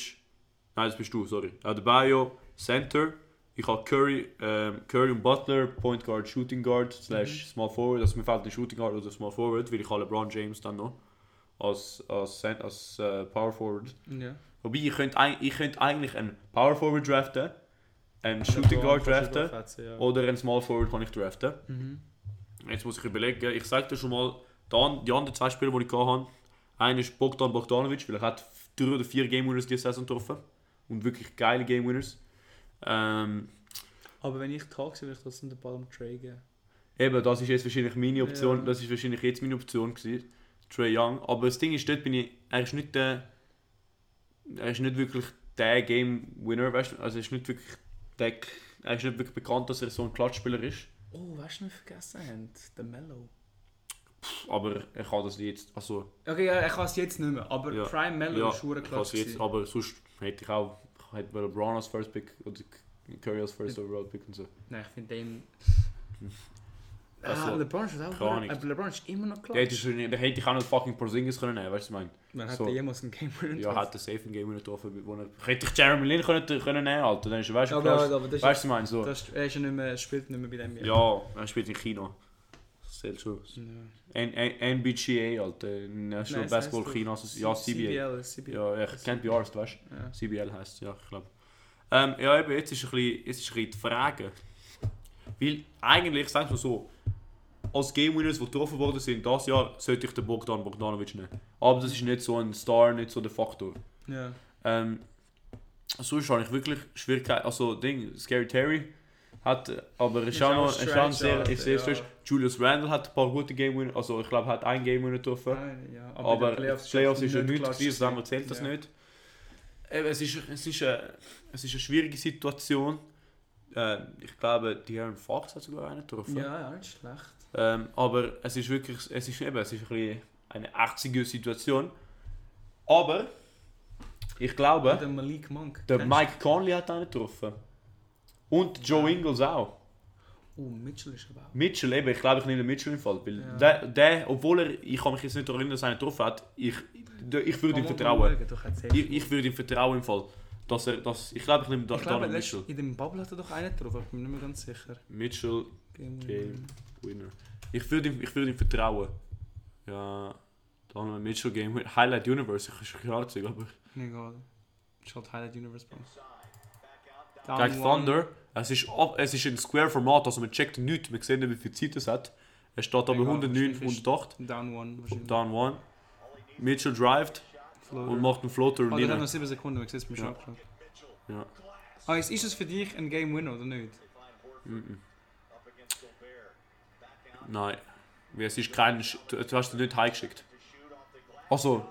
A: nou, Nein, das bist du, sorry. Adebayo, Center. Ich habe Curry, ähm, Curry und Butler, Point Guard, Shooting Guard, slash Small Forward. Also mir fehlt ein Shooting Guard oder Small Forward, weil ich habe LeBron James dann noch als, als, Cent- als äh, Power Forward.
B: Ja.
A: Wobei, ihr könnt, eig- ihr könnt eigentlich einen Power Forward draften, einen Shooting Guard draften
B: Oh.
A: oder einen Small Forward kann ich draften. Mhm. Jetzt muss ich überlegen, ich sage dir schon mal, die, an, die anderen zwei Spieler, die ich hatte, einer ist Bogdan Bogdanovic, weil er hat drei oder vier Game Winners diese Saison getroffen und wirklich geile Game Winners. Ähm,
B: Aber wenn ich da war, würde ich trotzdem den Ball am Trey geben.
A: Eben, das ist jetzt wahrscheinlich meine Option,
B: Ja.
A: das ist wahrscheinlich jetzt meine Option gewesen, Trey Young. Aber das Ding ist, dort bin ich, er ist nicht der, er ist nicht wirklich der Game Winner, weißt du, also er ist nicht wirklich der, er ist nicht wirklich bekannt, dass er so ein Klatschspieler ist.
B: Oh, weißt du, was wir vergessen haben? Der Mellow.
A: Aber er kann das jetzt, also
B: Okay, ja, ich kann es jetzt nicht mehr, aber
A: Ja.
B: Prime Mellow
A: ja,
B: ist schon
A: ich kann
B: klatsch.
A: es jetzt,
B: gewesen.
A: aber sonst hätte ich auch, hätte man LeBron als First Pick oder Curry als First Overall Pick und so.
B: Nein, ich finde den.
A: Also,
B: ah, LeBron ist auch
A: keine Ahnung.
B: Aber LeBron ist immer noch
A: Da hätte
B: klatsch.
A: ich, schon- da hätte ich auch noch fucking Porzingis können nehmen, weißt du, was ich meine.
B: Man hat
A: so.
B: so. jemals einen Game Winner
A: Ja, hat den safe Game Winner getroffen, wo er... Hätte ich Jeremy Lin können, können nehmen, Alter, dann ist er, weißt du,
B: Ja,
A: klar,
B: aber- aber das ist-
A: weißt du, mein so.
B: Das, er ist ja nicht mehr, er spielt nicht mehr bei dem Jahr.
A: Ja, er spielt in China. Das zählt schon.
B: Ja.
A: N N NBGA, Alter, National
B: Nein, es
A: Basketball
B: heisst
A: China,
B: doch
A: ja, CBA.
B: CBL, CBL.
A: Ja, ich can't be arsed, weißt du.
B: Ja.
A: CBL heisst es, ja, ich glaube. Ähm, ja, eben, jetzt ist ein bisschen, jetzt ist ein bisschen die Frage. Weil eigentlich, sagen wir so, als Game Winners, die getroffen worden sind, das Jahr, sollte ich den Bogdan Bogdanovic nehmen. Aber das ist nicht so ein Star, nicht so der Faktor.
B: ja.
A: Ähm, sonst habe ich wirklich Schwierigkeiten. Also, Ding, Scary Terry hat, äh, aber ich
B: Ist
A: schaue
B: auch
A: noch, ich schaue
B: strange,
A: sehr,
B: Alter,
A: ich sehe
B: ja.
A: sonst, Julius Randle hat ein paar gute Game Winner, also ich glaube, er hat einen Game Winner getroffen.
B: Nein, ja.
A: aber
B: in den
A: Playoffs, Playoffs ist ja
B: nicht
A: nichts,
B: klatsch
A: gewesen,
B: gewesen.
A: zusammen zählt das
B: Ja.
A: nicht. Eben, es, ist, es, ist eine, es ist eine schwierige Situation. Ähm, ich glaube, De'Aaron Fox hat sogar einen getroffen.
B: Ja, ja, nicht schlecht.
A: Ähm, aber es ist wirklich, es ist eben, es ist ein bisschen eine 80er Situation. Aber Ich glaube,
B: Der Malik Monk.
A: der
B: Kennst du?
A: Mike Conley hat einen getroffen. Und Joe Ingles auch.
B: Oh, Mitchell ist aber auch.
A: Mitchell, eben, ich glaube, ich nehme den Mitchell im Fall. Weil
B: Ja.
A: der, der, obwohl er, ich kann mich jetzt nicht daran erinnern, dass er einen getroffen hat, ich, der- ich würde ihm vertrauen.
B: Doch, hat's
A: Ich, ich würde ihm vertrauen im Fall. Dass er, dass, ich glaube, ich nehme da,
B: ich glaube,
A: Donovan
B: letztes-
A: Mitchell.
B: in dem Bubble hat er doch einen drauf, aber ich bin mir nicht mehr ganz sicher.
A: Mitchell,
B: Game
A: Game Winner. Ich würde ihm, ich würde ihm vertrauen. Ja, Donovan Mitchell, Game Winner. Highlight Universe, ich ist herzig, aber.
B: Nee, egal. Ist halt Highlight Universe bei uns. Oh,
A: Gegen Thunder. Es ist, ab- es ist in Square-Format, also man checkt nichts, man sieht nicht, wie viel Zeit es hat. Er steht aber
B: Egal,
A: 109,
B: wahrscheinlich ist-
A: 108.
B: Down One Oh, wahrscheinlich.
A: Down one. Mitchell drivet
B: Floater.
A: und macht einen Floater
B: Oh, der hat
A: rein.
B: noch 7 Sekunden, man sieht es beim
A: Ja.
B: Schnappschlag.
A: Ja.
B: Ah, jetzt ist es für dich ein Game Winner oder nicht?
A: Nein. Wie, Es ist kein. Sch- Du, du hast ihn nicht heimgeschickt. Also,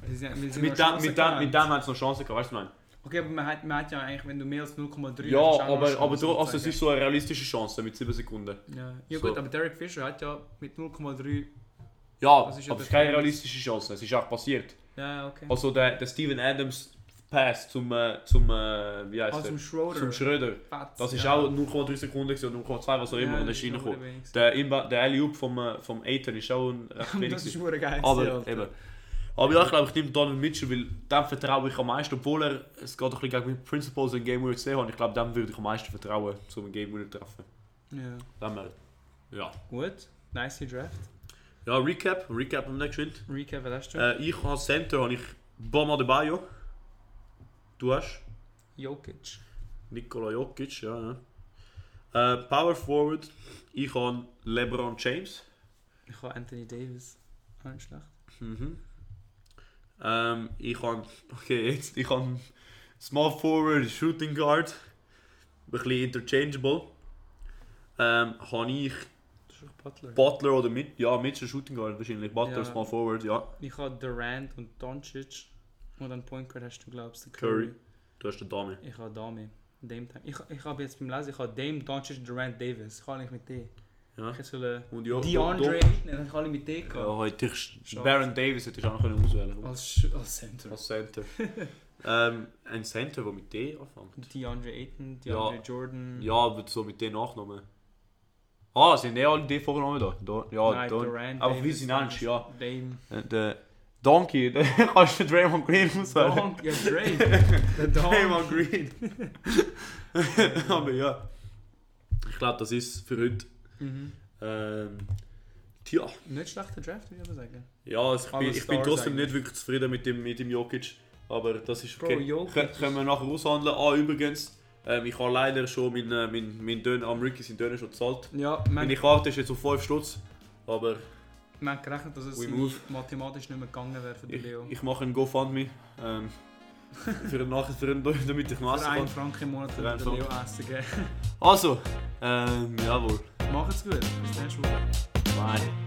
B: Weil sie- weil sie
A: mit
B: noch
A: dem,
B: Chancen
A: mit dem,
B: hatten.
A: mit dem hat es noch Chancen gehabt, weißt du, was ich meine?
B: Okay, aber man hat, man hat ja eigentlich, wenn du mehr als 0,3
A: Ja,
B: hast, hast du auch noch
A: aber,
B: Chancen,
A: aber du, also es
B: sozusagen.
A: ist so eine realistische Chance mit 7 Sekunden.
B: Ja, ja
A: So.
B: gut, aber Derek Fisher hat ja mit 0,3.
A: Ja,
B: Das ist ja
A: aber es ist keine
B: das Problem.
A: realistische Chance, es ist auch passiert.
B: Ja, okay.
A: Also der, der Steven Adams Pass zum, äh, zum äh, wie heißt
B: Ah, zum
A: der?
B: Schroeder.
A: Zum Schröder.
B: Fatz,
A: Das ist
B: ja.
A: auch 0,3 Sekunden gewesen oder 0,2, was auch immer, und
B: Ja,
A: er
B: das
A: ist
B: ist auch
A: reingekommen.
B: wenig.
A: Der, Inba- der Alley-Oop vom, äh, vom Ethan ist auch ein recht wenig.
B: Das ist
A: gewesen.
B: schon geil.
A: Aber,
B: Alter.
A: eben. Aber ja, ich glaube, ich nehme Donovan Mitchell, weil dem vertraue ich am meisten. Obwohl er, es geht ein bisschen gegen meine Principles in Game Winner gesehen habe, ich glaube, dem würde ich am meisten vertrauen, um einen Game Winner zu treffen.
B: Ja.
A: Dann, äh, ja.
B: Gut, nice Draft.
A: ja, Recap, Recap am nächsten Schritt.
B: Recap, was hast du?
A: Äh, ich habe Center, habe ich Bam Adebayo. Du hast
B: Jokic.
A: Nikola Jokic, ja. ja. Äh, Power Forward, ich habe LeBron James.
B: Ich habe Anthony Davis. Auch nicht schlecht.
A: Mhm. Ähm, ich habe, okay, jetzt, ich habe Small Forward, Shooting Guard, ein bisschen interchangeable. Ähm, habe ich
B: Das ist auch Butler.
A: Butler oder mit, ja, Mitchell Shooting Guard wahrscheinlich, Butler
B: Ja.
A: Small Forward, ja.
B: ich habe Durant und Doncic. Und dann Point Guard hast du, glaubst du,
A: Curry. Du hast eine Dame.
B: Ich habe Dame. Dame Time. Ich, ich habe jetzt beim Lesen, ich habe Dame, Doncic, Durant, Davis. Ich habe eigentlich mit D.
A: Ja.
B: Ich soll
A: Und ja,
B: DeAndre mitnehmen, ich habe alle mit D
A: Ja,
B: gehabt.
A: heute Oh, Baron Davis hätte ich auch noch können auswählen können.
B: Als, Sch- als Center.
A: Als Center. ähm, ein Center, der mit D anfängt.
B: DeAndre Ayton,
A: Ja.
B: DeAndre Jordan.
A: Ja, aber so mit D Nachnamen. Ah, sind eh alle D vorgenommen da. da ja,
B: Knight,
A: da.
B: Durant,
A: aber wir
B: Davis,
A: sind ernst, ja.
B: Dame.
A: Äh, Der Donkey, da kannst du den Draymond Green auswählen.
B: Donk, ja, Dre. Der Donk.
A: Draymond Green. aber ja. Ich glaube, das ist für heute.
B: Mhm.
A: Ähm, tja.
B: Nicht schlechter Draft, würde ich aber sagen.
A: Ja, also ich,
B: Alle
A: bin, ich bin
B: Stars
A: trotzdem
B: eigentlich.
A: nicht wirklich zufrieden mit dem, mit dem Jokic. Aber das ist
B: Bro,
A: okay.
B: Jokic
A: Kö- können wir nachher aushandeln. Ah, übrigens, ähm, ich habe leider schon meinen äh, mein, mein Döner, am Ricky seinen Döner schon gezahlt.
B: Ja, man,
A: Meine Karte ist jetzt auf 5 Stutz. Aber
B: man hat gerechnet, dass es
A: We
B: seine
A: move.
B: mathematisch nicht mehr gegangen wäre für den
A: ich,
B: Leo.
A: ich mache einen GoFundMe. Ähm, für den nachher, für den, damit ich noch
B: Für
A: essen
B: einen
A: kann.
B: Franken im Monat
A: Für
B: würde
A: einen
B: der Leo essen geben.
A: Also, ähm, jawohl.
B: Macht's gut. Bis nächste Woche.
A: Bye.